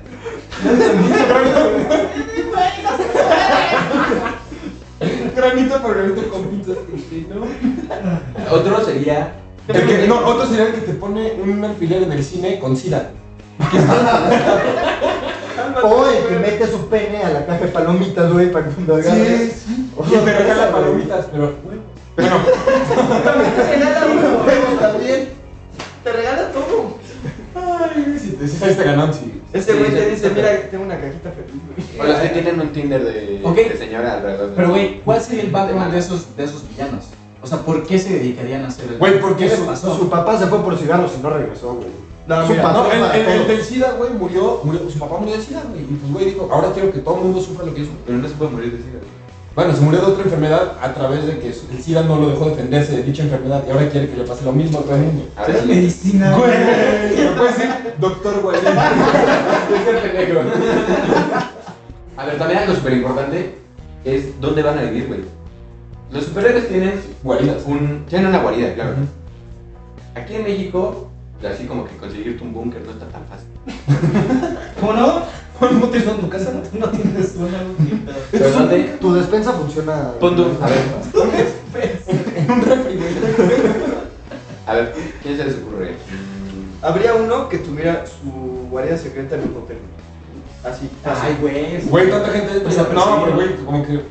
Speaker 2: Granito por granito con pinzas. sí, ¿no?
Speaker 4: Otro sería.
Speaker 2: El que, no, otro sería el que te pone un alfiler en el cine con sida.
Speaker 6: O el que mete su pene a la caja de palomitas, güey, para cuando agarre.
Speaker 2: sí.
Speaker 6: O
Speaker 2: Y te regala
Speaker 6: esa, güey.
Speaker 2: palomitas, pero, güey. Pero no.
Speaker 6: también.
Speaker 7: Te regala todo.
Speaker 2: Ay, güey, si te si saliste ganando, sí.
Speaker 7: Este
Speaker 4: Sí,
Speaker 7: güey te
Speaker 4: ya
Speaker 7: dice,
Speaker 4: está.
Speaker 7: mira, tengo una cajita feliz,
Speaker 4: O
Speaker 7: güey.
Speaker 4: los que tienen un Tinder de,
Speaker 1: Ok.
Speaker 4: de señora alrededor. de-
Speaker 1: Pero, güey, ¿cuál sería el background
Speaker 4: mala.
Speaker 1: de esos, de esos villanos? O sea, ¿por qué se dedicarían a hacer el
Speaker 2: Güey, ¿por qué
Speaker 1: les
Speaker 2: su-
Speaker 1: pasó?
Speaker 6: Su papá se fue por cigarros y no regresó, güey.
Speaker 7: No,
Speaker 6: Su
Speaker 7: mira,
Speaker 6: papá
Speaker 2: No, el,
Speaker 6: para
Speaker 2: el- el
Speaker 6: todo.
Speaker 2: del SIDA, güey, murió, murió. Su papá murió de SIDA, güey. Y pues, güey, dijo, ahora quiero que todo el mundo sufra lo que yo sufro.
Speaker 4: Pero no se puede morir de sida, güey.
Speaker 2: Bueno, se murió de otra enfermedad a través de que el SIDA no lo dejó defenderse de dicha enfermedad y ahora quiere que le pase lo mismo a todo el mundo.
Speaker 4: A
Speaker 1: Pero
Speaker 4: ver,
Speaker 1: es medicina.
Speaker 2: Güey, me puedes decir doctor Walid.
Speaker 4: Ese pendejo. A ver, también algo súper importante es dónde van a vivir, güey. Los superhéroes tienen
Speaker 2: Guaridas.
Speaker 4: Un, tienen una guarida, claro. Aquí en México, así como que conseguirte un búnker no está tan fácil.
Speaker 1: ¿Cómo no?
Speaker 2: ¿No tienes en tu casa?
Speaker 1: No tienes una.
Speaker 4: Pero dónde?
Speaker 6: Tu despensa funciona.
Speaker 4: Pon tú, a ver.
Speaker 2: En un refri, güey.
Speaker 4: A ver, ¿quién se les ocurre?
Speaker 7: Habría uno que tuviera su guardia secreta en un hotel. Así,
Speaker 1: Ay,
Speaker 7: fácil.
Speaker 1: güey.
Speaker 2: Güey, tanta gente.
Speaker 1: O sea,
Speaker 2: no, pero
Speaker 1: perseguido.
Speaker 2: güey, como que.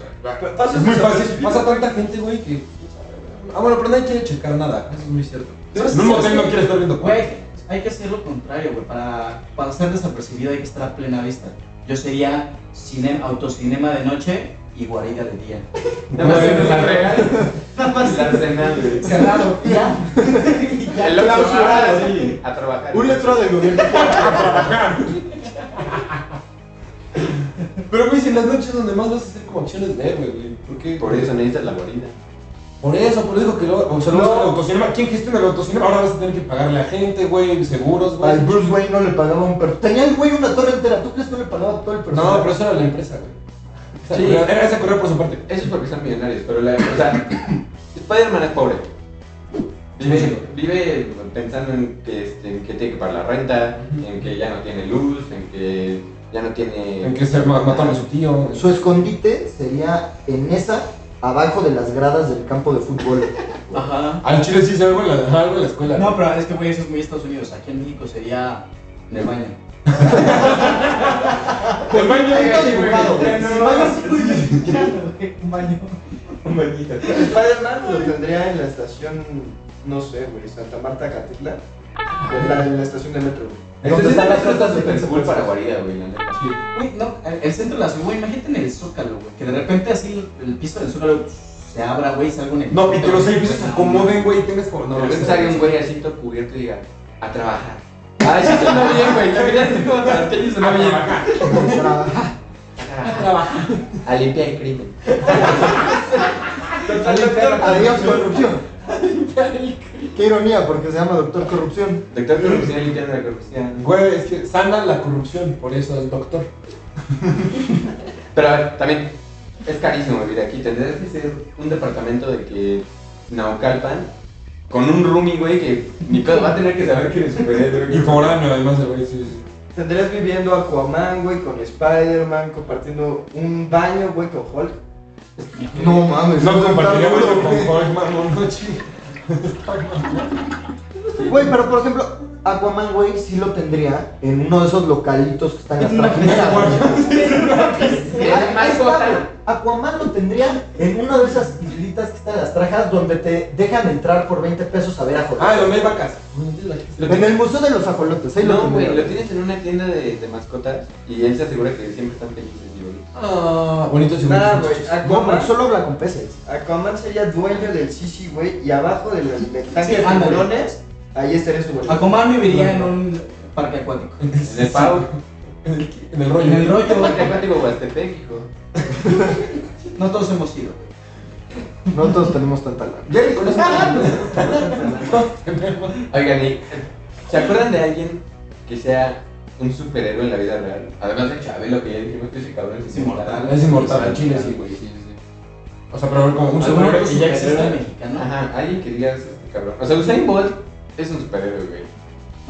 Speaker 7: Pasa
Speaker 2: es muy fácil.
Speaker 7: desapercibido.
Speaker 2: Pasa tanta gente, güey, que. Ah, bueno, pero nadie quiere checar nada. Eso es muy cierto.
Speaker 1: ¿Sabes
Speaker 2: En un
Speaker 1: qué?
Speaker 2: hotel no quiere estar viendo
Speaker 1: Güey, hay que hacer lo contrario, güey. Para, para ser desapercibido hay que estar a plena vista. Yo sería cine- autocinema de noche y guarida de día.
Speaker 4: Nada más
Speaker 2: Güey.
Speaker 4: en la real. Nada más la arsenal, güey.
Speaker 1: Cerrado, ya.
Speaker 4: El otro,
Speaker 6: clausurado.
Speaker 4: ah, sí, A trabajar.
Speaker 6: Un letrero del gobierno.
Speaker 2: Pero, güey, si en las noches donde más vas a hacer como acciones de héroe, güey. ¿Por qué?
Speaker 4: Por eso necesitas la guarida.
Speaker 2: Por eso, por eso digo que luego. O sea, luego el autocinema. ¿Quién gestiona el autocinema? Ahora vas a tener que pagarle a gente, güey, seguros, güey.
Speaker 6: Al Bruce Wayne no le pagaba un per... Tenía el güey una torre entera. ¿Tú crees que no le pagaba todo el personal?
Speaker 2: No, pero eso era la empresa, güey. O sea,
Speaker 4: Sí.
Speaker 2: era- Era ese correo por su parte.
Speaker 4: Eso es porque son millonarios, pero la. O sea, Spider-Man es pobre. Vive, vive pensando en que, este, en que tiene que pagar la renta, en que ya no tiene luz, en que ya no tiene.
Speaker 2: En que se ma- mataron a su tío.
Speaker 6: Su escondite sería en esa, abajo de las gradas del campo de fútbol.
Speaker 1: Ajá.
Speaker 2: Al chile sí se algo en la, algo en la escuela.
Speaker 1: No, pero es que, güey, eso es muy Estados Unidos. Aquí en México sería en el baño.
Speaker 2: pero. El baño ahí,
Speaker 6: Ahí está
Speaker 2: güey.
Speaker 6: dibujado, güey.
Speaker 2: No,
Speaker 6: Si
Speaker 2: no,
Speaker 6: vas
Speaker 2: no.
Speaker 6: así, güey, un baño.
Speaker 7: Spider-Man lo tendría en la estación, no sé, güey, Santa Marta Catitla. En la, en la estación de metro, güey.
Speaker 4: Entonces,
Speaker 6: están las
Speaker 4: eso está
Speaker 6: cosas de
Speaker 4: súper cool
Speaker 6: Texas?
Speaker 4: para guarida, güey, la neta.
Speaker 1: Güey, no, el- el centro de la ciudad, güey, imagínate en el zócalo, güey. Que de repente así el piso del zócalo se abra, güey, y salga un
Speaker 2: No, y que los
Speaker 1: güey,
Speaker 2: edificios se
Speaker 1: güey,
Speaker 2: acomoden, güey, y tengas como.
Speaker 4: No,
Speaker 2: No,
Speaker 4: de repente
Speaker 2: está
Speaker 4: sale un güey así todo cubierto y diga, a trabajar. Ay, sí suena bien, güey. La verdad es como para que suena bien. A trabajar. A limpiar el crimen.
Speaker 6: Adiós, corrupción. Qué ironía, porque se llama Doctor Corrupción.
Speaker 4: Doctor corrupción, limpiando la corrupción.
Speaker 2: Güey, es que sana la corrupción, por eso es doctor.
Speaker 4: Pero a ver, también es carísimo vivir aquí. Tendrías que ser un departamento de que Naucalpan con un roomie, güey, que ni pedo va a tener que saber que eres superhéroe. güey.
Speaker 2: Y foráneo, además, el güey, sí, sí.
Speaker 7: Tendrías viviendo Aquaman, güey, con Spider-Man, compartiendo un baño, güey, con Hulk.
Speaker 6: No mames.
Speaker 2: No
Speaker 6: eso está
Speaker 2: compartiríamos
Speaker 6: duro,
Speaker 2: con
Speaker 6: güey.
Speaker 2: Jorge Mamón, no chingas.
Speaker 6: Güey, pero por ejemplo, Aquaman, güey, sí lo tendría en uno de esos localitos que están en las trajineras, güey.
Speaker 4: Y
Speaker 6: Ahí
Speaker 4: además,
Speaker 6: está,
Speaker 4: Gotham.
Speaker 6: güey. Aquaman lo tendría en una de esas islitas que están en las trajas donde te dejan entrar por 20 pesos a ver a
Speaker 2: Ah,
Speaker 6: joder.
Speaker 2: donde hay vacas.
Speaker 4: Lo
Speaker 6: En
Speaker 4: tienes-
Speaker 6: el Museo de los Ajolotes, ahí lo
Speaker 4: No, güey,
Speaker 6: tendría.
Speaker 4: lo tienes en una tienda de, de mascotas y él se asegura que siempre están felices y bonitos.
Speaker 2: Ah, bonito
Speaker 7: Nah, güey,
Speaker 6: No,
Speaker 7: Aquaman,
Speaker 6: porque solo habla con peces.
Speaker 7: Aquaman sería dueño del Sisi, güey, y abajo de los del tanque
Speaker 1: Sí,
Speaker 7: de
Speaker 1: ándale.
Speaker 7: tiburones, ahí estaría su bolita.
Speaker 1: Aquaman viviría en un parque acuático.
Speaker 4: En el pavo.
Speaker 2: En el rollo.
Speaker 1: En el rollo,
Speaker 4: Parque acuático Huastepec, hijo.
Speaker 1: no todos hemos ido.
Speaker 6: No todos tenemos tanta lana.
Speaker 2: Ya le conozco.
Speaker 4: Oigan, ¿y ¿se acuerdan de alguien que sea un superhéroe en la vida real? Además de Chabelo, que ya dijimos que ese cabrón es
Speaker 1: Es inmortal.
Speaker 2: Ah, Es inmortal, al chile, sí, güey. sí, sí. O sea, pero a ver, como un
Speaker 1: ¿Alguno
Speaker 2: superhéroe
Speaker 1: que
Speaker 2: que
Speaker 1: ya existe
Speaker 2: ya
Speaker 1: mexicano?
Speaker 4: Ajá, alguien que digas este cabrón. O sea, Usain Bolt es un superhéroe, güey.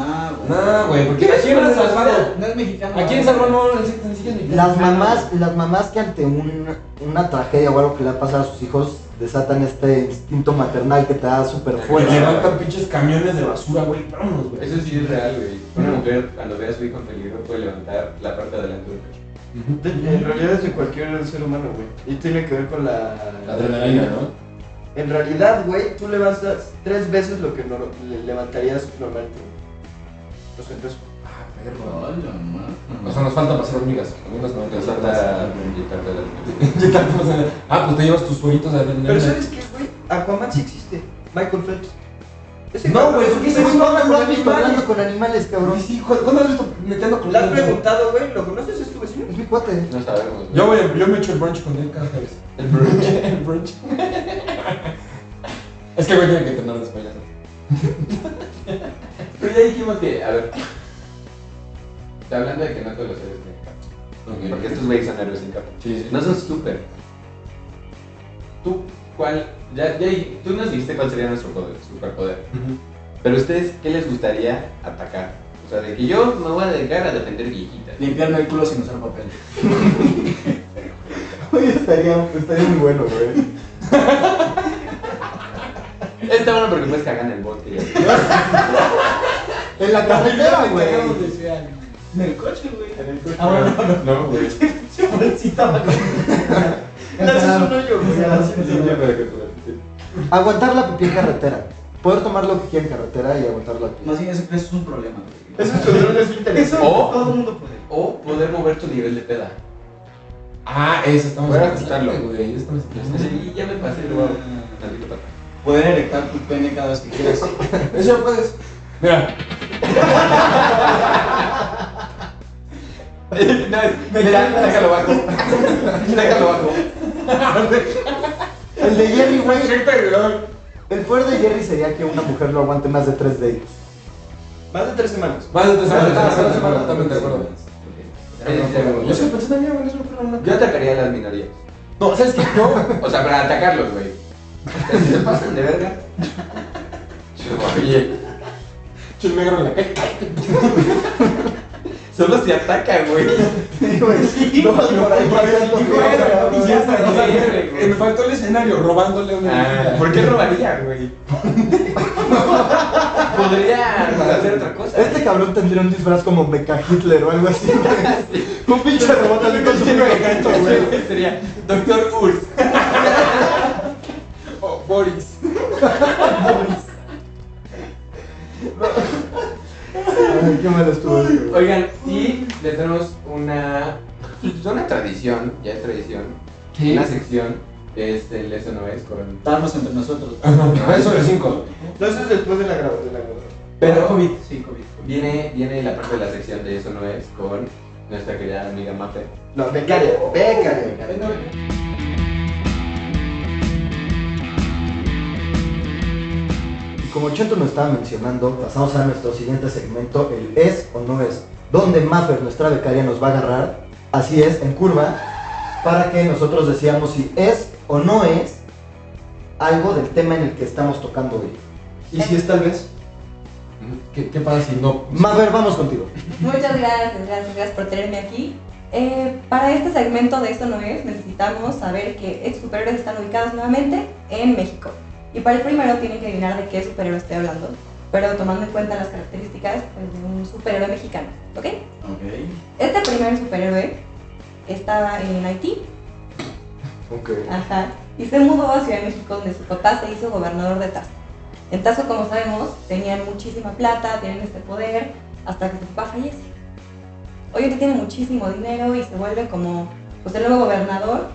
Speaker 1: Ah, güey.
Speaker 2: No, güey, porque aquí en Salvador.
Speaker 1: No es mexicano.
Speaker 2: Aquí en Salvador no, en en sí es mexicano.
Speaker 6: Las mamás, las mamás que ante un- una tragedia o algo que le ha pasado a sus hijos desatan este instinto maternal que te da súper
Speaker 2: Güey,
Speaker 6: fuerte.
Speaker 2: levantan pinches camiones de basura, güey. Vámonos, güey.
Speaker 4: Eso sí es real, güey. Una mujer, cuando ve a su hijo en peligro, puede levantar la parte de adelante del pecho.
Speaker 2: Ujú.
Speaker 7: De- En realidad es de cualquier ser humano, güey. Y tiene que ver con la...
Speaker 2: La adrenalina, ¿no?
Speaker 7: En realidad, güey, tú levantas tres veces lo que nor- le- levantarías normalmente. Los centros.
Speaker 2: Ah, O sea, nos falta pasar hormigas. Algunas no,
Speaker 4: Entonces,
Speaker 2: nos
Speaker 4: salta
Speaker 2: falta.
Speaker 4: inyectarte la adelante.
Speaker 2: Ah, pues te llevas tus sueñitos de adrenalina.
Speaker 7: Pero ¿sabes qué, güey? Aquaman sí existe. Michael Phelps. Ese
Speaker 2: No,
Speaker 7: cabrón
Speaker 2: güey,
Speaker 7: es
Speaker 2: ¿por
Speaker 7: un
Speaker 2: qué ese
Speaker 6: Güey,
Speaker 7: pez.
Speaker 6: no hablan con animales,
Speaker 2: animales.
Speaker 6: hablando con animales, cabrón.
Speaker 2: Sí, hijo, ¿cuándo has visto metiendo con
Speaker 7: ¿Le has
Speaker 2: alguien?
Speaker 7: preguntado, güey? ¿Lo conoces? ¿Es tu vecino?
Speaker 6: Es mi cuate.
Speaker 4: No sabemos, güey.
Speaker 2: Yo, voy a- yo me echo el brunch con él cada vez. El brunch. el brunch. es que güey tiene que entrenar después ya. sabes.
Speaker 4: Pero ya dijimos que, a ver. Está hablando de que no todos los héroes tienen capa. Porque estos güeyes son héroes sin capa.
Speaker 2: Sí, sí.
Speaker 4: No son super. ¿Tú cuál? Ya, ya, tú nos dijiste cuál sería nuestro poder, superpoder.
Speaker 2: Ujú.
Speaker 4: Pero ustedes, ¿qué les gustaría atacar? O sea, de que yo me voy a dedicar a defender viejitas.
Speaker 1: Limpiarme el culo sin usar papel.
Speaker 6: Hoy estaría, estaría muy bueno, güey.
Speaker 4: Está bueno porque puedes cagar en el bote. ya.
Speaker 6: En la
Speaker 2: Ah,
Speaker 6: carretera, güey.
Speaker 1: En el coche, güey.
Speaker 4: Ahora no, güey.
Speaker 7: Lanzas un hoyo, güey. así de simple.
Speaker 6: Aguantar la pipí en carretera. Poder tomar lo que quiera en carretera y aguantar la pipí.
Speaker 1: Más bien, eso, eso es un problema. güey.
Speaker 7: Eso es control de esfínteres.
Speaker 1: Eso
Speaker 4: O-
Speaker 1: todo el mundo puede.
Speaker 4: O poder mover tu nivel de peda.
Speaker 2: Ah, eso estamos
Speaker 4: Voy a
Speaker 2: hablando,
Speaker 4: quitarlo.
Speaker 2: güey. Eso estamos hablando.
Speaker 4: Sí, ya me pasé, lo voy a- tantito para atrás.
Speaker 1: Poder erectar tu pene cada vez que quieras.
Speaker 2: Eso ya puedes. Mira,
Speaker 4: No, es- mira, déjalo bajo. Déjalo bajo.
Speaker 6: El de Jerry, güey.
Speaker 2: Perfecto, güey.
Speaker 6: El poder de Jerry sería que una mujer lo aguante más de tres dates.
Speaker 7: Más de tres semanas.
Speaker 2: Más de tres
Speaker 6: Más de
Speaker 2: semanas. más de tres
Speaker 6: tres semanas,
Speaker 2: semanas, totalmente de acuerdo.
Speaker 4: Yo sí pensé también, güey, eso fue una- Yo atacaría a las minorías.
Speaker 2: No, ¿sabes qué? No.
Speaker 4: O sea, para atacarlos, güey. Si se pasan de verga. Yo, Oye,
Speaker 2: Chul negro en la calle.
Speaker 4: solo se ataca, güey.
Speaker 6: No, por ahí pasando,
Speaker 2: Dijo,
Speaker 6: güey.
Speaker 2: "Era una
Speaker 4: ya está,
Speaker 2: mierda", o sea,
Speaker 4: güey, güey.
Speaker 2: Me faltó el escenario robándole una.
Speaker 4: Ah,
Speaker 2: niña.
Speaker 4: ¿Por qué robaría, güey? Podría hacer otra cosa.
Speaker 6: Este cabrón tendría un disfraz como Mecha Hitler o algo así. güey. Un pinche robot así con su
Speaker 4: Esto, güey, Sería Doctor Urs.
Speaker 2: Oh, Boris.
Speaker 6: Ay, qué mal estuvo. ese, güey.
Speaker 4: Oigan, y le tenemos una. pues, Una tradición, ya es tradición. Una sección que es el Eso no es con.
Speaker 1: Darnos entre nosotros.
Speaker 2: Ah, Eso de cinco.
Speaker 7: No, eso es después de la grabación. De la grabación.
Speaker 1: Pero
Speaker 4: Pero
Speaker 1: COVID, sí, COVID.
Speaker 4: viene, viene la parte de la sección de Eso no es con nuestra querida amiga Mafe.
Speaker 7: No, becaria, becaria.
Speaker 6: Y como Chento nos estaba mencionando, pasamos a nuestro siguiente segmento, el es o no es, donde Maffer, nuestra becaria, nos va a agarrar, así es, en curva, para que nosotros decíamos si es o no es algo del tema en el que estamos tocando hoy.
Speaker 2: ¿Y si es tal vez? ¿Qué, qué pasa si no?
Speaker 6: Maffer, vamos contigo.
Speaker 8: Muchas gracias, gracias, gracias por tenerme aquí. Eh, para este segmento de Esto No Es, necesitamos saber que ex superhéroes están ubicados nuevamente en México. Y para el primero tienen que adivinar de qué superhéroe estoy hablando, pero tomando en cuenta las características pues, de un superhéroe mexicano, ¿ok?
Speaker 1: Ok.
Speaker 8: Este primer superhéroe estaba en Haití,
Speaker 6: Ok.
Speaker 8: ajá, y se mudó a Ciudad de México donde su papá se hizo gobernador de Tazo. En Tazo, como sabemos, tenían muchísima plata, tienen este poder, hasta que su papá fallece. Obviamente tiene muchísimo dinero y se vuelve como pues, el nuevo gobernador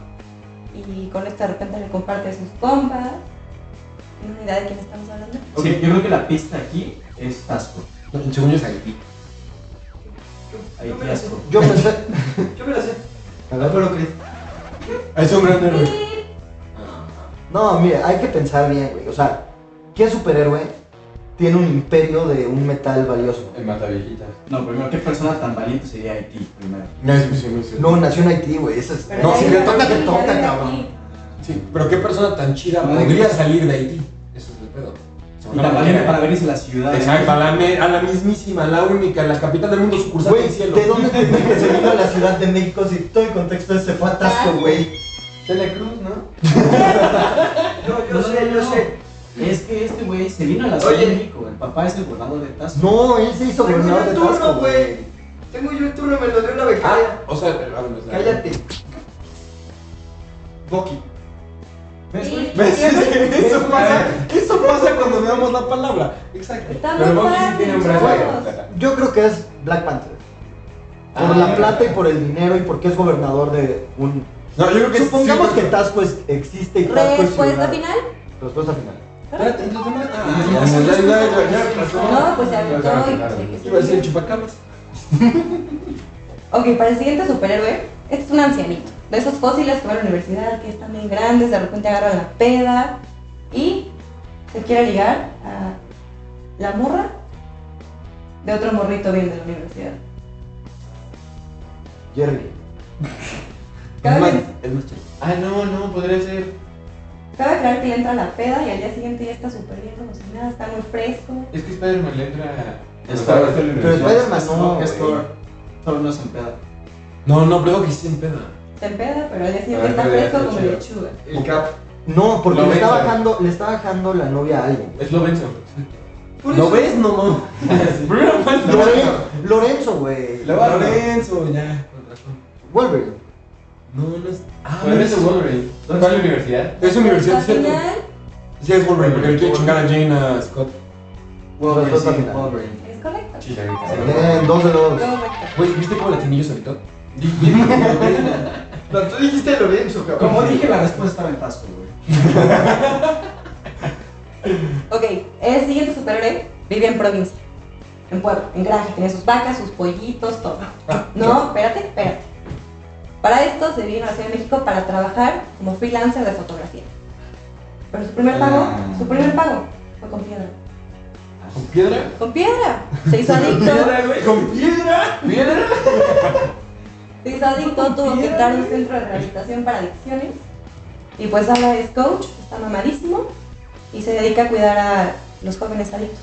Speaker 8: y con esto de repente le comparte a sus compas. ¿Tienen una idea de quién estamos hablando?
Speaker 1: Ok, yo creo que la pista aquí es Tasco.
Speaker 2: En segundo Pues, es Haití.
Speaker 1: Ahí Tasco.
Speaker 6: Yo pensé...
Speaker 7: Yo me la sé.
Speaker 6: A ver.
Speaker 2: Es un gran héroe. Ah,
Speaker 6: No, mira, hay que pensar bien, güey. O sea, ¿qué superhéroe tiene un imperio de un metal valioso?
Speaker 4: En Mataviejitas.
Speaker 1: No, primero, ¿qué persona tan valiente sería Haití? Primero.
Speaker 2: No, es sí, sí, sí.
Speaker 6: No, nació en Haití, güey. Ese es...
Speaker 8: Pero
Speaker 2: No,
Speaker 8: ya
Speaker 2: si
Speaker 8: era-
Speaker 2: le toca, te
Speaker 8: ya era
Speaker 2: toca,
Speaker 8: de
Speaker 2: cabrón.
Speaker 8: aquí.
Speaker 2: Sí, pero qué persona tan chida
Speaker 1: No,
Speaker 2: podría salir de Haití. Eso es el pedo.
Speaker 1: Y tan valiente para venirse a la ciudad.
Speaker 2: Exacto, a la, me- a la mismísima, la única, la capital del mundo, sucursal
Speaker 6: Güey,
Speaker 2: del cielo.
Speaker 6: ¿de dónde tendría que salir a la Ciudad de México si todo el contexto se fue a Tasco, güey?
Speaker 4: Telecruz, ¿no?
Speaker 7: No, yo
Speaker 1: No,
Speaker 7: sé,
Speaker 1: no,
Speaker 7: yo
Speaker 1: no.
Speaker 7: sé.
Speaker 1: Es que este güey se vino a la ciudad
Speaker 7: Oye.
Speaker 1: de México. El papá es el gobernador de Tasco.
Speaker 6: No, él se hizo
Speaker 7: Tengo yo
Speaker 6: gobernador
Speaker 7: el
Speaker 6: de
Speaker 7: turno,
Speaker 6: Tasco,
Speaker 7: güey.
Speaker 6: güey.
Speaker 7: Tengo yo el turno, me lo dio una
Speaker 2: Ah,
Speaker 7: becaria.
Speaker 2: o sea, pero, ah, bueno, o sea,
Speaker 7: Cállate. Bucky.
Speaker 2: ¿Ves,
Speaker 8: Sí,
Speaker 2: güey? ¿Ves? Eso pasa, eso pasa cuando le damos la palabra. Exacto.
Speaker 8: Está
Speaker 2: Pero
Speaker 8: muy
Speaker 2: Bucky sí
Speaker 8: fácil,
Speaker 2: tiene un brazo.
Speaker 8: chavos.
Speaker 6: Yo creo que es Black Panther. Por
Speaker 4: Ah,
Speaker 6: la plata y por el dinero y porque es gobernador de un...
Speaker 2: No, yo creo que
Speaker 6: Supongamos
Speaker 2: sí,
Speaker 6: que
Speaker 2: yo creo
Speaker 6: Tasco es- existe y Tasco es
Speaker 8: Respuesta
Speaker 6: ciudad.
Speaker 8: final.
Speaker 6: Respuesta final.
Speaker 2: Espérate, entonces, no me- ah, ya, ya, ya, ya, ya, pasó.
Speaker 8: No, pues ya,
Speaker 2: Ya,
Speaker 8: yo-
Speaker 2: ya, ya, ya. Iba a decir chupacabras.
Speaker 8: Ok, para el siguiente superhéroe, este es un ancianito. De esos fósiles que van a la universidad, que están bien grandes, de repente agarran la peda y se quiere ligar a la morra de otro morrito bien de la universidad.
Speaker 6: Jerry.
Speaker 8: Cabe,
Speaker 2: Es más chido.
Speaker 4: Ah, no, no, podría ser.
Speaker 8: cabe aclarar que le entra la peda y al día siguiente ya está súper bien, como si nada, está muy fresco.
Speaker 4: Es que Spider-Man le entra.
Speaker 1: Es Thor.
Speaker 6: Pero Spider-Man no,
Speaker 1: Es
Speaker 6: güey.
Speaker 1: Thor. Thor no es un pedo.
Speaker 2: No, no, pero que sí en peda.
Speaker 8: Se empeda, pero al día siguiente
Speaker 4: ver,
Speaker 8: está
Speaker 4: pero ya
Speaker 8: fresco
Speaker 4: está
Speaker 8: como
Speaker 4: chido.
Speaker 8: lechuga.
Speaker 7: El cap.
Speaker 6: No, porque
Speaker 4: Lo
Speaker 6: le está,
Speaker 4: ves,
Speaker 6: bajando, le está bajando la novia a alguien.
Speaker 4: Es lo benzo.
Speaker 2: ¿Lo ves? No, no. Primero mal, no.
Speaker 6: Lorenzo, Lorenzo, güey.
Speaker 4: Lo- Lorenzo.
Speaker 2: Lorenzo, ya, con razón.
Speaker 6: Wolverine.
Speaker 2: No, no es. Ah,
Speaker 4: Pero
Speaker 2: no
Speaker 4: es el Wolverine. ¿Dónde está la universidad?
Speaker 2: Es
Speaker 8: Respuesta
Speaker 2: universidad, ¿cierto?
Speaker 8: final
Speaker 2: Sí, es Wolverine, porque le quiere chingar a Jane a Scott.
Speaker 1: Wolverine,
Speaker 6: Respuesta
Speaker 1: sí,
Speaker 6: final.
Speaker 1: Wolverine.
Speaker 8: es correcto.
Speaker 6: Bien, Eh, dos de dos.
Speaker 8: Correcto.
Speaker 2: Güey, ¿viste cómo la tiene yo ahorita?
Speaker 7: No, tú dijiste Lorenzo, cabrón.
Speaker 1: Como dije, la respuesta estaba en Tasco, güey.
Speaker 8: Ok, el siguiente superhéroe vive en provincia, en pueblo, en granja, tiene sus vacas, sus pollitos, todo. No, espérate, espérate. Para esto se vino a la Ciudad de México para trabajar como freelancer de fotografía. Pero su primer pago,
Speaker 4: Ah.
Speaker 8: su primer pago fue con piedra.
Speaker 2: ¿Con piedra?
Speaker 8: Con piedra. Se hizo adicto.
Speaker 2: ¿Piedra, güey? ¿Con piedra? ¿Piedra?
Speaker 8: Se hizo adicto, tuvo que entrar a un centro de rehabilitación para adicciones. Y pues ahora es coach, está mamadísimo y se dedica a cuidar a los jóvenes adictos.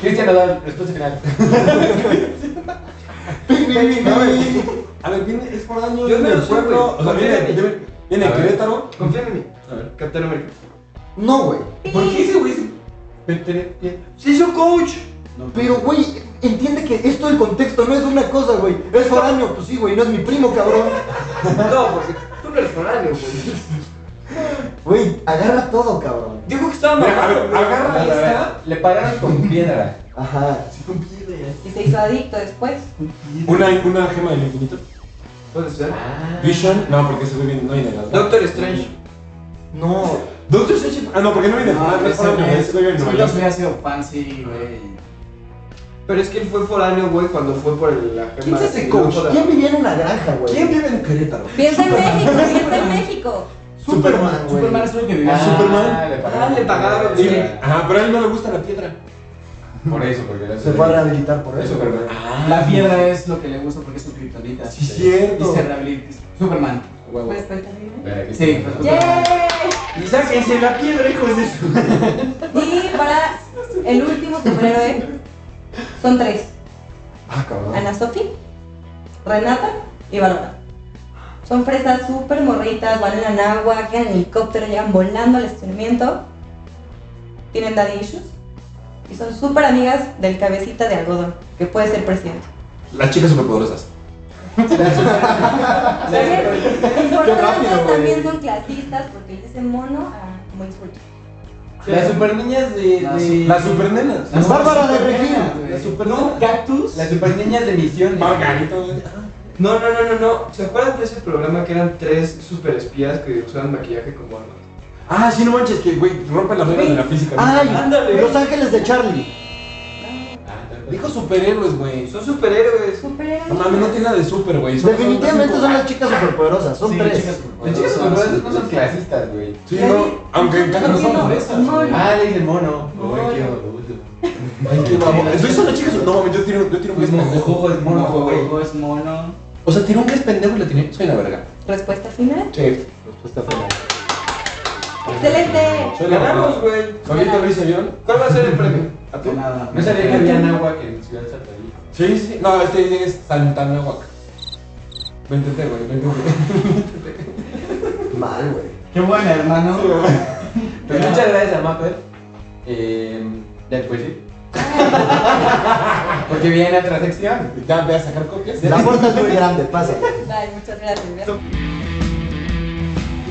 Speaker 4: Cristian Nadal, respuesta final.
Speaker 2: A ver, a ver, viene, es por daño
Speaker 7: Yo
Speaker 2: del
Speaker 7: me lo sé,
Speaker 2: pueblo.
Speaker 7: güey.
Speaker 2: O sea, viene, viene, viene
Speaker 4: A
Speaker 2: de
Speaker 4: ver.
Speaker 2: Querétaro.
Speaker 7: Confía en mí.
Speaker 4: A ver.
Speaker 7: Capitán América.
Speaker 6: No, güey.
Speaker 2: ¿Por qué ese güey? se-
Speaker 7: ¡Se hizo coach!
Speaker 6: Pero, güey, entiende que esto el contexto no es una cosa, güey. Es foráneo, pues sí, güey, no es mi primo, cabrón.
Speaker 7: No, porque tú no eres horario, güey.
Speaker 6: Güey, agarra todo, cabrón.
Speaker 7: Dijo que estaba
Speaker 2: Mira, a ver,
Speaker 7: mamado.
Speaker 2: agarra esta.
Speaker 4: Le pagaron con piedra.
Speaker 6: Ajá.
Speaker 8: Y se hizo adicto después.
Speaker 2: Una, una gema del infinito.
Speaker 7: Puede ser.
Speaker 2: Vision. No, porque ese güey viene, no viene de las.
Speaker 7: Doctor Strange.
Speaker 6: No.
Speaker 2: Doctor Strange. Ah, no, porque no viene de
Speaker 1: No,
Speaker 2: las. No, es por daño,
Speaker 1: es
Speaker 2: ese güey viene
Speaker 1: que
Speaker 2: de Nueva
Speaker 1: yo
Speaker 2: York.
Speaker 1: hubiera sido fancy, güey.
Speaker 7: Pero es que él fue foráneo, güey, cuando fue por el- la gema.
Speaker 2: ¿Quién es ese
Speaker 7: de-
Speaker 2: coach?
Speaker 6: ¿Quién vivía en una granja, güey?
Speaker 2: ¿Quién vive en Querétaro?
Speaker 8: Piensa en México, piensa en México.
Speaker 6: Superman, güey.
Speaker 1: Superman es lo que vivió.
Speaker 2: Ah, Superman.
Speaker 4: Le
Speaker 7: Ah, le pagaron,
Speaker 2: Sí.
Speaker 7: güey.
Speaker 2: Ajá, pero a él no le gusta la piedra.
Speaker 4: Por eso, porque le
Speaker 6: Se fue a rehabilitar por eso.
Speaker 4: Superman.
Speaker 1: La piedra es lo que le gusta porque es su kriptonita.
Speaker 2: Ah, Sí, cierto.
Speaker 1: Y se rehabilita. Superman.
Speaker 4: Huevo.
Speaker 8: Pues, pues, también.
Speaker 4: Espera,
Speaker 1: Sí,
Speaker 4: Cristian.
Speaker 8: ¡Yay!
Speaker 7: Y sáquense la piedra, hijos de su.
Speaker 8: Y para el último superhéroe son tres.
Speaker 6: Ah,
Speaker 8: Ana Sofía, Renata y Valora. Son fresas súper morritas, van en la nagua, quedan en helicóptero, llegan volando al estacionamiento. Tienen daddy issues. Y son súper amigas del cabecita de algodón, que puede ser presidente.
Speaker 2: Las chicas superpoderosas.
Speaker 8: También, por
Speaker 6: Qué
Speaker 8: otro lado,
Speaker 6: rápido, güey.
Speaker 8: también son clasistas porque le dicen mono a, como insulto.
Speaker 7: Las superniñas de.
Speaker 1: Las-
Speaker 7: de-
Speaker 2: Las supernenas.
Speaker 1: Las
Speaker 6: Bárbara de
Speaker 1: supernenas,
Speaker 6: Regina.
Speaker 1: güey.
Speaker 2: Las super-
Speaker 7: No, cactus. Ah.
Speaker 4: Las superniñas de misiones.
Speaker 2: Margarito.
Speaker 7: No, no, no, no, no. ¿Se acuerdan de ese programa que eran tres superespías que usaban maquillaje como armas?
Speaker 2: Ah, sí, no manches, que güey, rompe las reglas de la física. ¿no?
Speaker 6: Ay,
Speaker 7: Ándale.
Speaker 6: Los Ángeles de Charlie.
Speaker 2: Dijo superhéroes, güey.
Speaker 7: Son superhéroes.
Speaker 2: No
Speaker 8: Superhéroe.
Speaker 2: mames, no tiene nada de super, güey. Son-
Speaker 6: Definitivamente son las chicas superpoderosas, son
Speaker 1: Sí,
Speaker 6: tres.
Speaker 1: chicas
Speaker 7: Pues
Speaker 4: Los chicos
Speaker 1: superpoderosas.
Speaker 4: superpoderosos no son clasistas, güey.
Speaker 2: Sí, no, aunque en cada no son
Speaker 1: por
Speaker 2: por
Speaker 1: esas, güey.
Speaker 8: Mono.
Speaker 4: Ah, le dice mono.
Speaker 7: Mono.
Speaker 4: Ay, qué boludo.
Speaker 2: Entonces son las chicas. No mames, yo tiro, yo tiro un
Speaker 4: Pues
Speaker 2: pez pendejo.
Speaker 4: mojojojo es mono, güey.
Speaker 1: Mojojojo es mono.
Speaker 2: O sea, tiró un pez pendejo y lo tiré. Soy la verga.
Speaker 8: Respuesta final.
Speaker 2: Sí.
Speaker 6: Respuesta final.
Speaker 8: ¡Excelente!
Speaker 2: Soy la verga.
Speaker 7: Ganamos, güey.
Speaker 2: ¿Javier Torres avión?
Speaker 7: ¿Cuál va a ser el premio? ¿A
Speaker 1: De nada.
Speaker 4: No sabía que había en agua que en Ciudad Satélite.
Speaker 2: Sí, sí. No, este es Santanahuac. Me intenté, güey, me intenté.
Speaker 6: Mal, güey.
Speaker 1: Qué buena, hermano.
Speaker 4: Pues muchas gracias a Mapper. Eh,
Speaker 2: Em,
Speaker 4: ya te puedes ir. Porque viene otra sección.
Speaker 2: Ya voy a sacar copias.
Speaker 6: La puerta es muy grande, pasa.
Speaker 8: Bye, muchas gracias.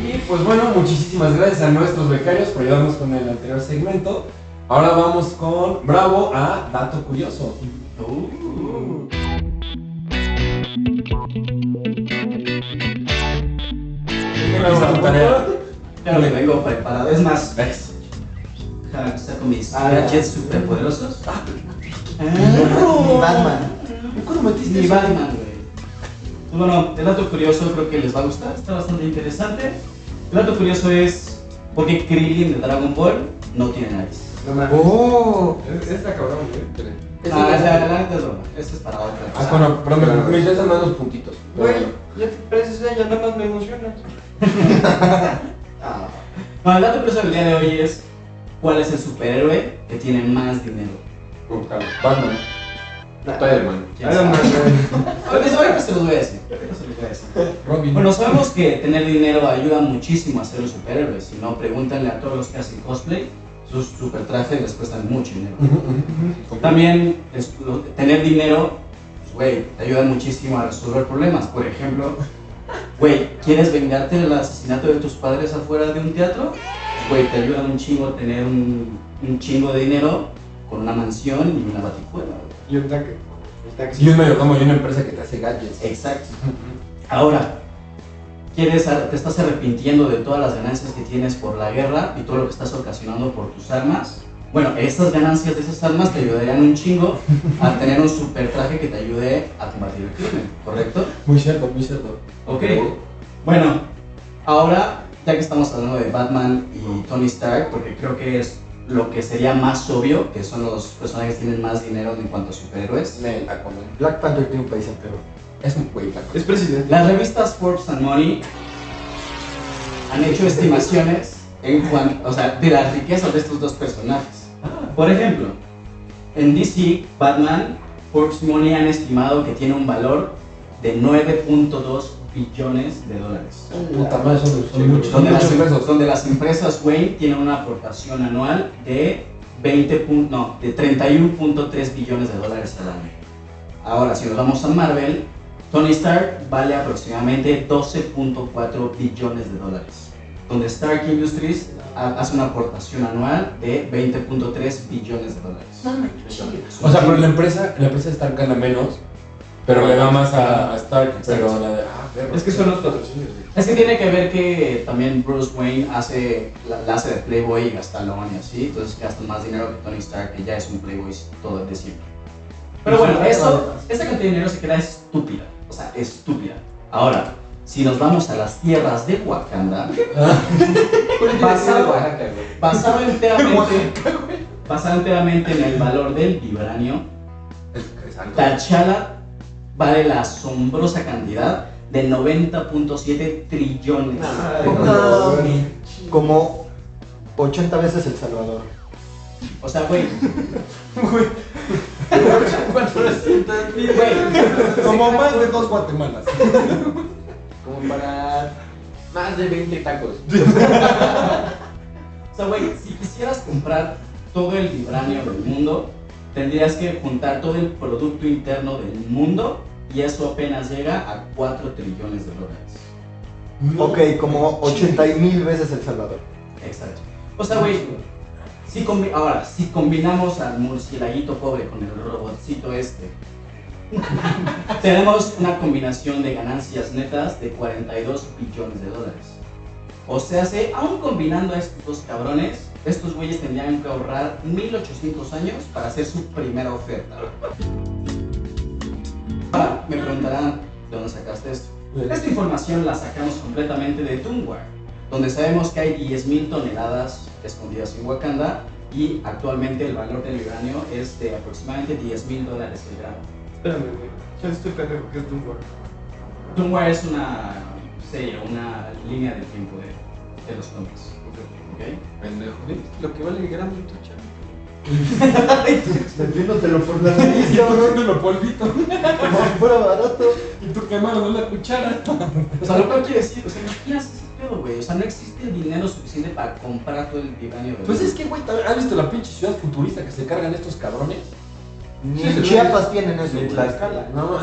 Speaker 2: Y pues bueno, muchísimas gracias a nuestros becarios por ayudarnos con el anterior segmento. Ahora vamos con Bravo a Dato Curioso.
Speaker 1: Uh.
Speaker 2: Esa es tu tarea.
Speaker 1: Ya lo tengo preparado. Es más, déjame empezar con mis
Speaker 6: Ah.
Speaker 1: gadgets superpoderosos. Ah.
Speaker 6: Ni Batman.
Speaker 2: ¿Cuándo metiste
Speaker 1: Ni
Speaker 2: eso?
Speaker 1: Batman, güey. Pues Bueno, el dato curioso creo que les va a gustar, está bastante interesante. El dato curioso es por qué Krillin de Dragon Ball no tiene nariz.
Speaker 7: No mames.
Speaker 6: Oh.
Speaker 7: Es, es la cabrón, güey.
Speaker 1: Ah, la la- la neta es broma. Esto es para otra.
Speaker 2: Ah,
Speaker 1: cosa.
Speaker 2: bueno, pero me, me interesan más los puntitos. Pero
Speaker 7: Güey,
Speaker 2: bueno.
Speaker 7: ya te pareces a ella, nada más me emocionas.
Speaker 1: Ah. No, el dato curioso del día de hoy es cuál es el superhéroe que tiene más dinero.
Speaker 4: Búscalo. Batman. Spider-Man.
Speaker 1: ¿Quién sabe? Ahorita ahorita se los voy a decir. ahorita se los voy a decir.
Speaker 2: Robin.
Speaker 1: Bueno, sabemos que tener dinero ayuda muchísimo a ser un superhéroe. Si no, pregúntale a todos los que hacen cosplay, sus super trajes les cuestan mucho dinero.
Speaker 2: Ujú, ujú, ujú.
Speaker 1: También es- lo- tener dinero, pues, güey, te ayuda muchísimo a resolver problemas. Por ejemplo, güey, ¿quieres vengarte del asesinato de tus padres afuera de un teatro? Güey, te ayuda un chingo tener un, un chingo de dinero con una mansión y una baticuela. güey.
Speaker 7: Y un tanque. El tanque.
Speaker 2: Y un mayordomo y una empresa que te hace gadgets.
Speaker 1: Exacto. Ahora, quieres, ar- te estás arrepintiendo de todas las ganancias que tienes por la guerra y todo lo que estás ocasionando por tus armas. Bueno, estas ganancias de esas armas te ayudarían un chingo a tener un super traje que te ayude a combatir el crimen, ¿correcto?
Speaker 2: Muy cierto, muy cierto.
Speaker 1: Ok. Bueno, ahora ya que estamos hablando de Batman y Tony Stark, porque creo que es lo que sería más obvio, que son los personajes que tienen más dinero en cuanto a superhéroes.
Speaker 4: Me la comen.
Speaker 6: Black Panther tiene un país entero.
Speaker 4: Es un güey flaco.
Speaker 7: Es presidente.
Speaker 1: Las revistas Forbes and Money han hecho estimaciones en cuanto, o sea, de las riquezas de estos dos personajes. Por ejemplo, en DC, Batman, Forbes Money han estimado que tiene un valor de 9.2 billones de dólares.
Speaker 2: Puta madre, son, son muchos.
Speaker 1: Donde las,
Speaker 2: pesos.
Speaker 1: donde las empresas Wayne tienen una aportación anual de 20 pun- no, de 31.3 billones de dólares al año. Ahora, si nos vamos a Marvel, Tony Stark vale aproximadamente 12.4 billones de dólares, donde Stark Industries ha- hace una aportación anual de 20.3 billones de dólares.
Speaker 8: No manches.
Speaker 2: O sea, pero la empresa, la empresa Stark gana menos, pero le va más a, a Stark. Pero la de. Ah, perro.
Speaker 7: Es que son los patrocinios, güey.
Speaker 1: Es que tiene que ver que también Bruce Wayne hace la, la hace de Playboy y gastalón y así, entonces gasta más dinero que Tony Stark, que ya es un Playboy todo de siempre. Pero
Speaker 7: Pues
Speaker 1: bueno, eso, esta cantidad de dinero se queda estúpida, o sea, estúpida. Ahora, si nos vamos a las tierras de Wakanda,
Speaker 4: Pasado.
Speaker 1: basado enteramente, basado enteramente en el valor del vibranio, Tachala vale la asombrosa cantidad de 90.7 trillones.
Speaker 2: Ah.
Speaker 6: Como 80 veces El Salvador.
Speaker 1: O sea, güey,
Speaker 2: Como más de dos Guatemalas.
Speaker 4: Como para más de 20 tacos.
Speaker 1: O sea, güey, si quisieras comprar todo el vibranio del mundo, tendrías que juntar todo el producto interno del mundo y eso apenas llega a 4 trillones de dólares.
Speaker 6: Ok, como 80 mil veces El Salvador.
Speaker 1: Exacto. O sea, güey, si combi- ahora, si combinamos al murcielaguito pobre con el robotcito este, tenemos una combinación de ganancias netas de 42 billones de dólares. O sea, se, aún combinando a estos dos cabrones, estos güeyes tendrían que ahorrar 1800 años para hacer su primera oferta. Ahora, me preguntarán, ¿de dónde sacaste esto? Esta información la sacamos completamente de Tumwar, donde sabemos que hay 10.000 toneladas escondidas en Wakanda y actualmente el valor del uranio es de aproximadamente 10.000 dólares el gramo.
Speaker 7: Espérame, güey. Yo estoy pendejo, que es Dunbar.
Speaker 1: Tumwar es una serie, una línea del tiempo de, de los cómics. ¿ok?
Speaker 4: Pendejo. Lo que vale el gramo de tu chavo.
Speaker 6: Vendiéndotelo por la nariz, cabrón.
Speaker 2: Poniéndolo polvito.
Speaker 6: Como si fuera barato.
Speaker 2: Y tú quemando la cuchara.
Speaker 1: O sea, lo cual quiere decir, o sea, imaginas ese pedo, güey. O sea, no existe el dinero suficiente para comprar todo el uranio. del
Speaker 2: Pues es
Speaker 1: mundo.
Speaker 2: que, güey, ¿has visto la pinche ciudad futurista que se cargan estos cabrones?
Speaker 6: Ni
Speaker 2: Sí, sí,
Speaker 6: en
Speaker 2: sí.
Speaker 6: Chiapas tienen eso. güey.
Speaker 2: No,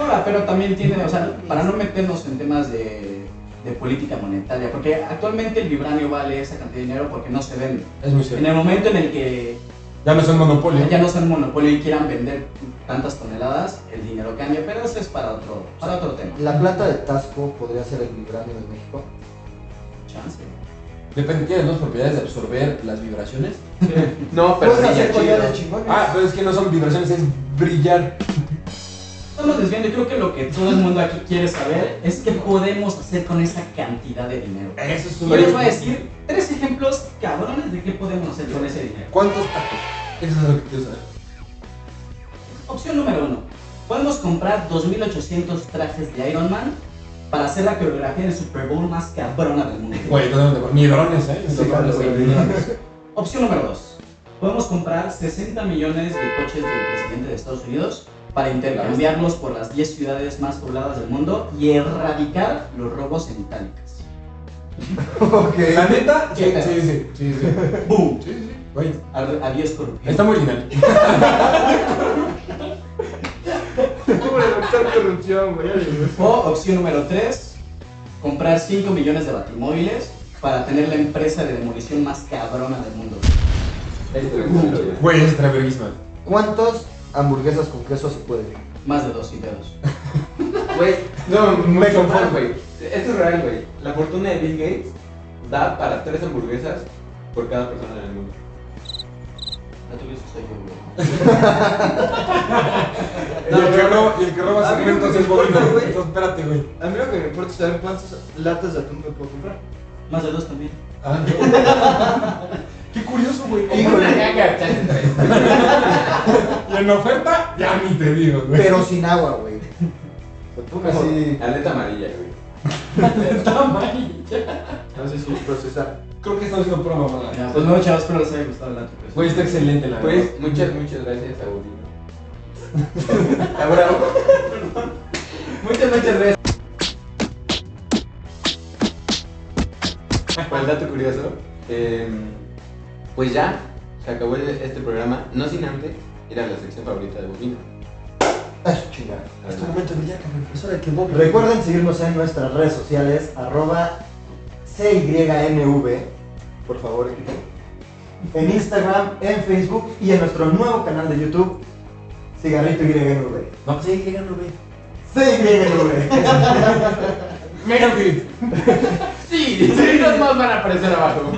Speaker 1: Ahora, pero también tiene, o sea, para no meternos en temas de, de política monetaria, porque actualmente el vibranio vale esa cantidad de dinero porque no se vende.
Speaker 2: es muy
Speaker 1: En
Speaker 2: cierto.
Speaker 1: el momento en el que
Speaker 2: Ya no son monopolio.
Speaker 1: Ah, ya no sean monopolio y quieran vender tantas toneladas, el dinero cambia, pero eso es para otro, para otro tema.
Speaker 6: La plata de Tasco podría ser el vibranio de México.
Speaker 1: Chance.
Speaker 2: Depende, tienes dos propiedades de absorber las vibraciones.
Speaker 4: No, pero
Speaker 6: Puedes hacer
Speaker 4: brilla
Speaker 6: collares
Speaker 4: chido.
Speaker 6: chingones.
Speaker 2: Ah, pero es que no son vibraciones, es brillar.
Speaker 1: Estamos desviando y creo que lo que todo el mundo aquí quiere saber es qué podemos hacer con esa cantidad de dinero.
Speaker 2: Eso es
Speaker 1: Y yo les voy a decir tres ejemplos cabrones de qué podemos hacer con ese dinero.
Speaker 2: ¿Cuántos tacos? Eso es lo que quiero saber.
Speaker 1: Opción número uno. Podemos comprar 2.800 trajes de Iron Man para hacer la coreografía del Super Bowl más cabrona del mundo.
Speaker 2: Güey, totalmente de acuerdo. Ni drones, ¿eh? Ni
Speaker 6: Sí,
Speaker 2: drones,
Speaker 6: güey.
Speaker 2: güey, ni drones.
Speaker 1: Opción número dos. Podemos comprar 60 millones de coches del presidente de Estados Unidos para intercambiarlos por las 10 ciudades más pobladas del mundo y erradicar los robos en itálicas.
Speaker 6: Ok.
Speaker 2: La neta, sí,
Speaker 1: ¿Qué
Speaker 2: sí, sí, sí, sí.
Speaker 1: ¡Boom!
Speaker 2: Sí, sí, güey.
Speaker 1: Ad- Adiós corrupción.
Speaker 2: Está muy original.
Speaker 7: ¿Cómo detectar corrupción, güey? Ya le digo.
Speaker 1: O opción número 3, comprar 5 millones de batimóviles para tener la empresa de demolición más cabrona del mundo.
Speaker 4: Este,
Speaker 2: Güey, es traverguisma.
Speaker 6: ¿Cuántos hamburguesas con queso se pueden?
Speaker 1: Más de dos y dedos.
Speaker 4: Güey,
Speaker 7: No,
Speaker 4: me
Speaker 7: me
Speaker 4: conformo,
Speaker 7: conformo.
Speaker 4: güey. Esto es real, güey. La fortuna de Bill Gates da para tres hamburguesas por cada persona en el mundo.
Speaker 1: Ya este te hubiese soy yo, güey.
Speaker 2: Y el que roba, y el que roba
Speaker 7: A mí no me
Speaker 2: segmentos es
Speaker 7: importa,
Speaker 2: Bobino.
Speaker 7: güey.
Speaker 2: Entonces, espérate, güey.
Speaker 7: A mí lo que me importa es saber cuántas latas de atún me puedo comprar.
Speaker 1: Más de dos también.
Speaker 2: Ah. Qué curioso, güey.
Speaker 4: Una caca, chance tres.
Speaker 2: Y en oferta, ya ni te digo, güey.
Speaker 6: Pero sin agua, güey. O tú así.
Speaker 4: Aleta amarilla, güey.
Speaker 7: No sé si procesar.
Speaker 2: Creo que estamos haciendo pura mamada.
Speaker 1: Pues no, chavos, espero les haya gustado la entrevista.
Speaker 2: Güey, está excelente la verdad.
Speaker 4: Pues muchas, muchas gracias a Bobino. A Bravo. Muchas, muchas gracias. Para el Pues, dato curioso, eh, pues ya se acabó el- este programa, no sin antes ir a la sección favorita de Bobino.
Speaker 6: Ay, chingada.
Speaker 2: Es tu este momento de ya, cabrón. Es hora de que Bobby.
Speaker 6: Recuerden seguirnos en nuestras redes sociales, arroba CYNV, por favor, equipo. En Instagram, en Facebook y en nuestro nuevo canal de YouTube, Cigarrito YNV.
Speaker 2: No, sí, que ganó, güey.
Speaker 6: CYNV.
Speaker 2: Mega Fit.
Speaker 4: Sí, sí, los más van a aparecer abajo.